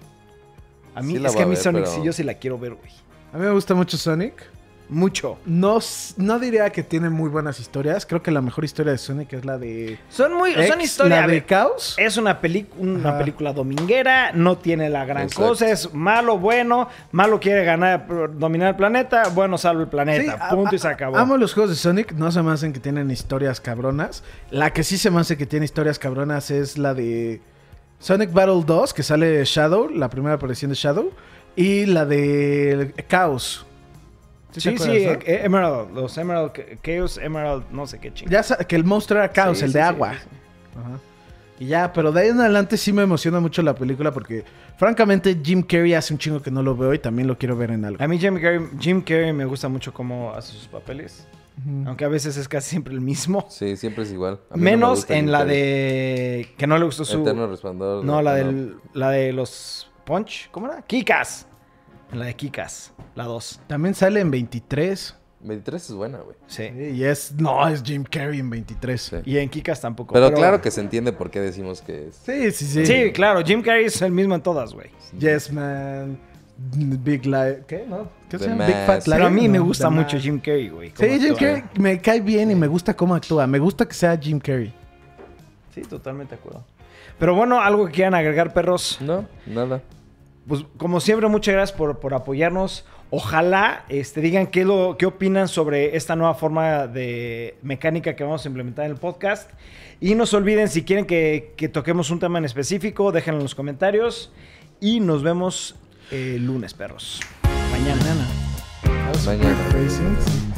S1: A mí,
S2: Sí la
S1: es
S2: voy
S1: que
S2: a
S1: a mí
S2: ver,
S1: Sonic
S2: pero-
S1: sí yo sí la quiero ver, güey.
S3: A mí me gusta mucho Sonic.
S1: Mucho.
S3: No, s- no diría que tiene muy buenas historias. Creo que la mejor historia de Sonic es la de.
S1: Son muy.
S3: X,
S1: son historias.
S3: La de Caos.
S1: Es una, peli- una
S3: Ajá.
S1: película dominguera, no tiene la gran
S2: Exacto.
S1: cosa, es malo, bueno, malo quiere ganar, dominar el planeta, bueno, salvo el planeta,
S3: Sí, a-
S1: punto y
S3: a-
S1: se acabó.
S3: Amo los juegos de Sonic. No se me hacen que tienen historias cabronas. La que sí se me hace que tiene historias cabronas es la de Sonic Battle 2, que sale Shadow, la primera aparición de Shadow. Y la de Caos.
S1: sí,
S3: te
S1: sí,
S3: acuerdas, no?
S1: eh, Emerald, los Emerald, Chaos Emerald, no sé qué chingada.
S3: Ya sa- que el monstruo era Caos,
S2: Sí,
S3: el
S2: sí,
S3: de
S2: sí,
S3: agua.
S2: sí, sí.
S3: Ajá. Y ya, pero de ahí en adelante sí me emociona mucho la película porque, francamente, Jim Carrey hace un chingo que no lo veo y también lo quiero ver en algo.
S1: A mí Jim Carrey, Jim Carrey me gusta mucho cómo hace sus papeles, aunque a veces es casi siempre el mismo,
S2: Sí, siempre es igual. A mí no me
S1: menos
S2: gusta
S1: en
S2: Jim
S1: la
S2: Carrey.
S1: de que no le gustó su
S2: Eterno Resplandor.
S1: No,
S2: de-
S1: la del la de los Punch, ¿cómo era? Kikas. En la de Kikas, la 2.
S3: También sale en 23.
S2: 23 es buena, güey.
S1: Sí.
S3: Y es, no, es Jim Carrey en 23.
S2: Sí.
S1: Y en Kikas tampoco.
S2: Pero, claro que se entiende por qué decimos que es...
S3: Sí, sí, sí.
S1: Sí, claro, Jim Carrey es el mismo en todas, güey.
S3: Yes, man. Big Life. ¿Qué? ¿No? ¿Qué
S2: The
S3: se llama? Big
S2: Mask.
S3: Fat Lion.
S1: Pero a mí
S3: No,
S1: me gusta
S3: The
S1: mucho
S3: Mask.
S1: Jim Carrey, güey.
S3: Sí,
S1: cómo
S3: Jim
S1: actúa.
S3: Carrey me cae bien y me gusta cómo actúa. Me gusta que sea Jim Carrey.
S1: Sí, totalmente de acuerdo. Pero bueno, algo que quieran agregar, perros.
S2: No, nada.
S1: Pues como siempre, muchas gracias por, por apoyarnos. Ojalá este, digan qué, lo, qué opinan sobre esta nueva forma de mecánica que vamos a implementar en el podcast. Y no se olviden, si quieren que, que toquemos un tema en específico, déjenlo en los comentarios. Y nos vemos el lunes, perros. Mañana.
S3: That was
S2: Mañana.
S3: pretty crazy.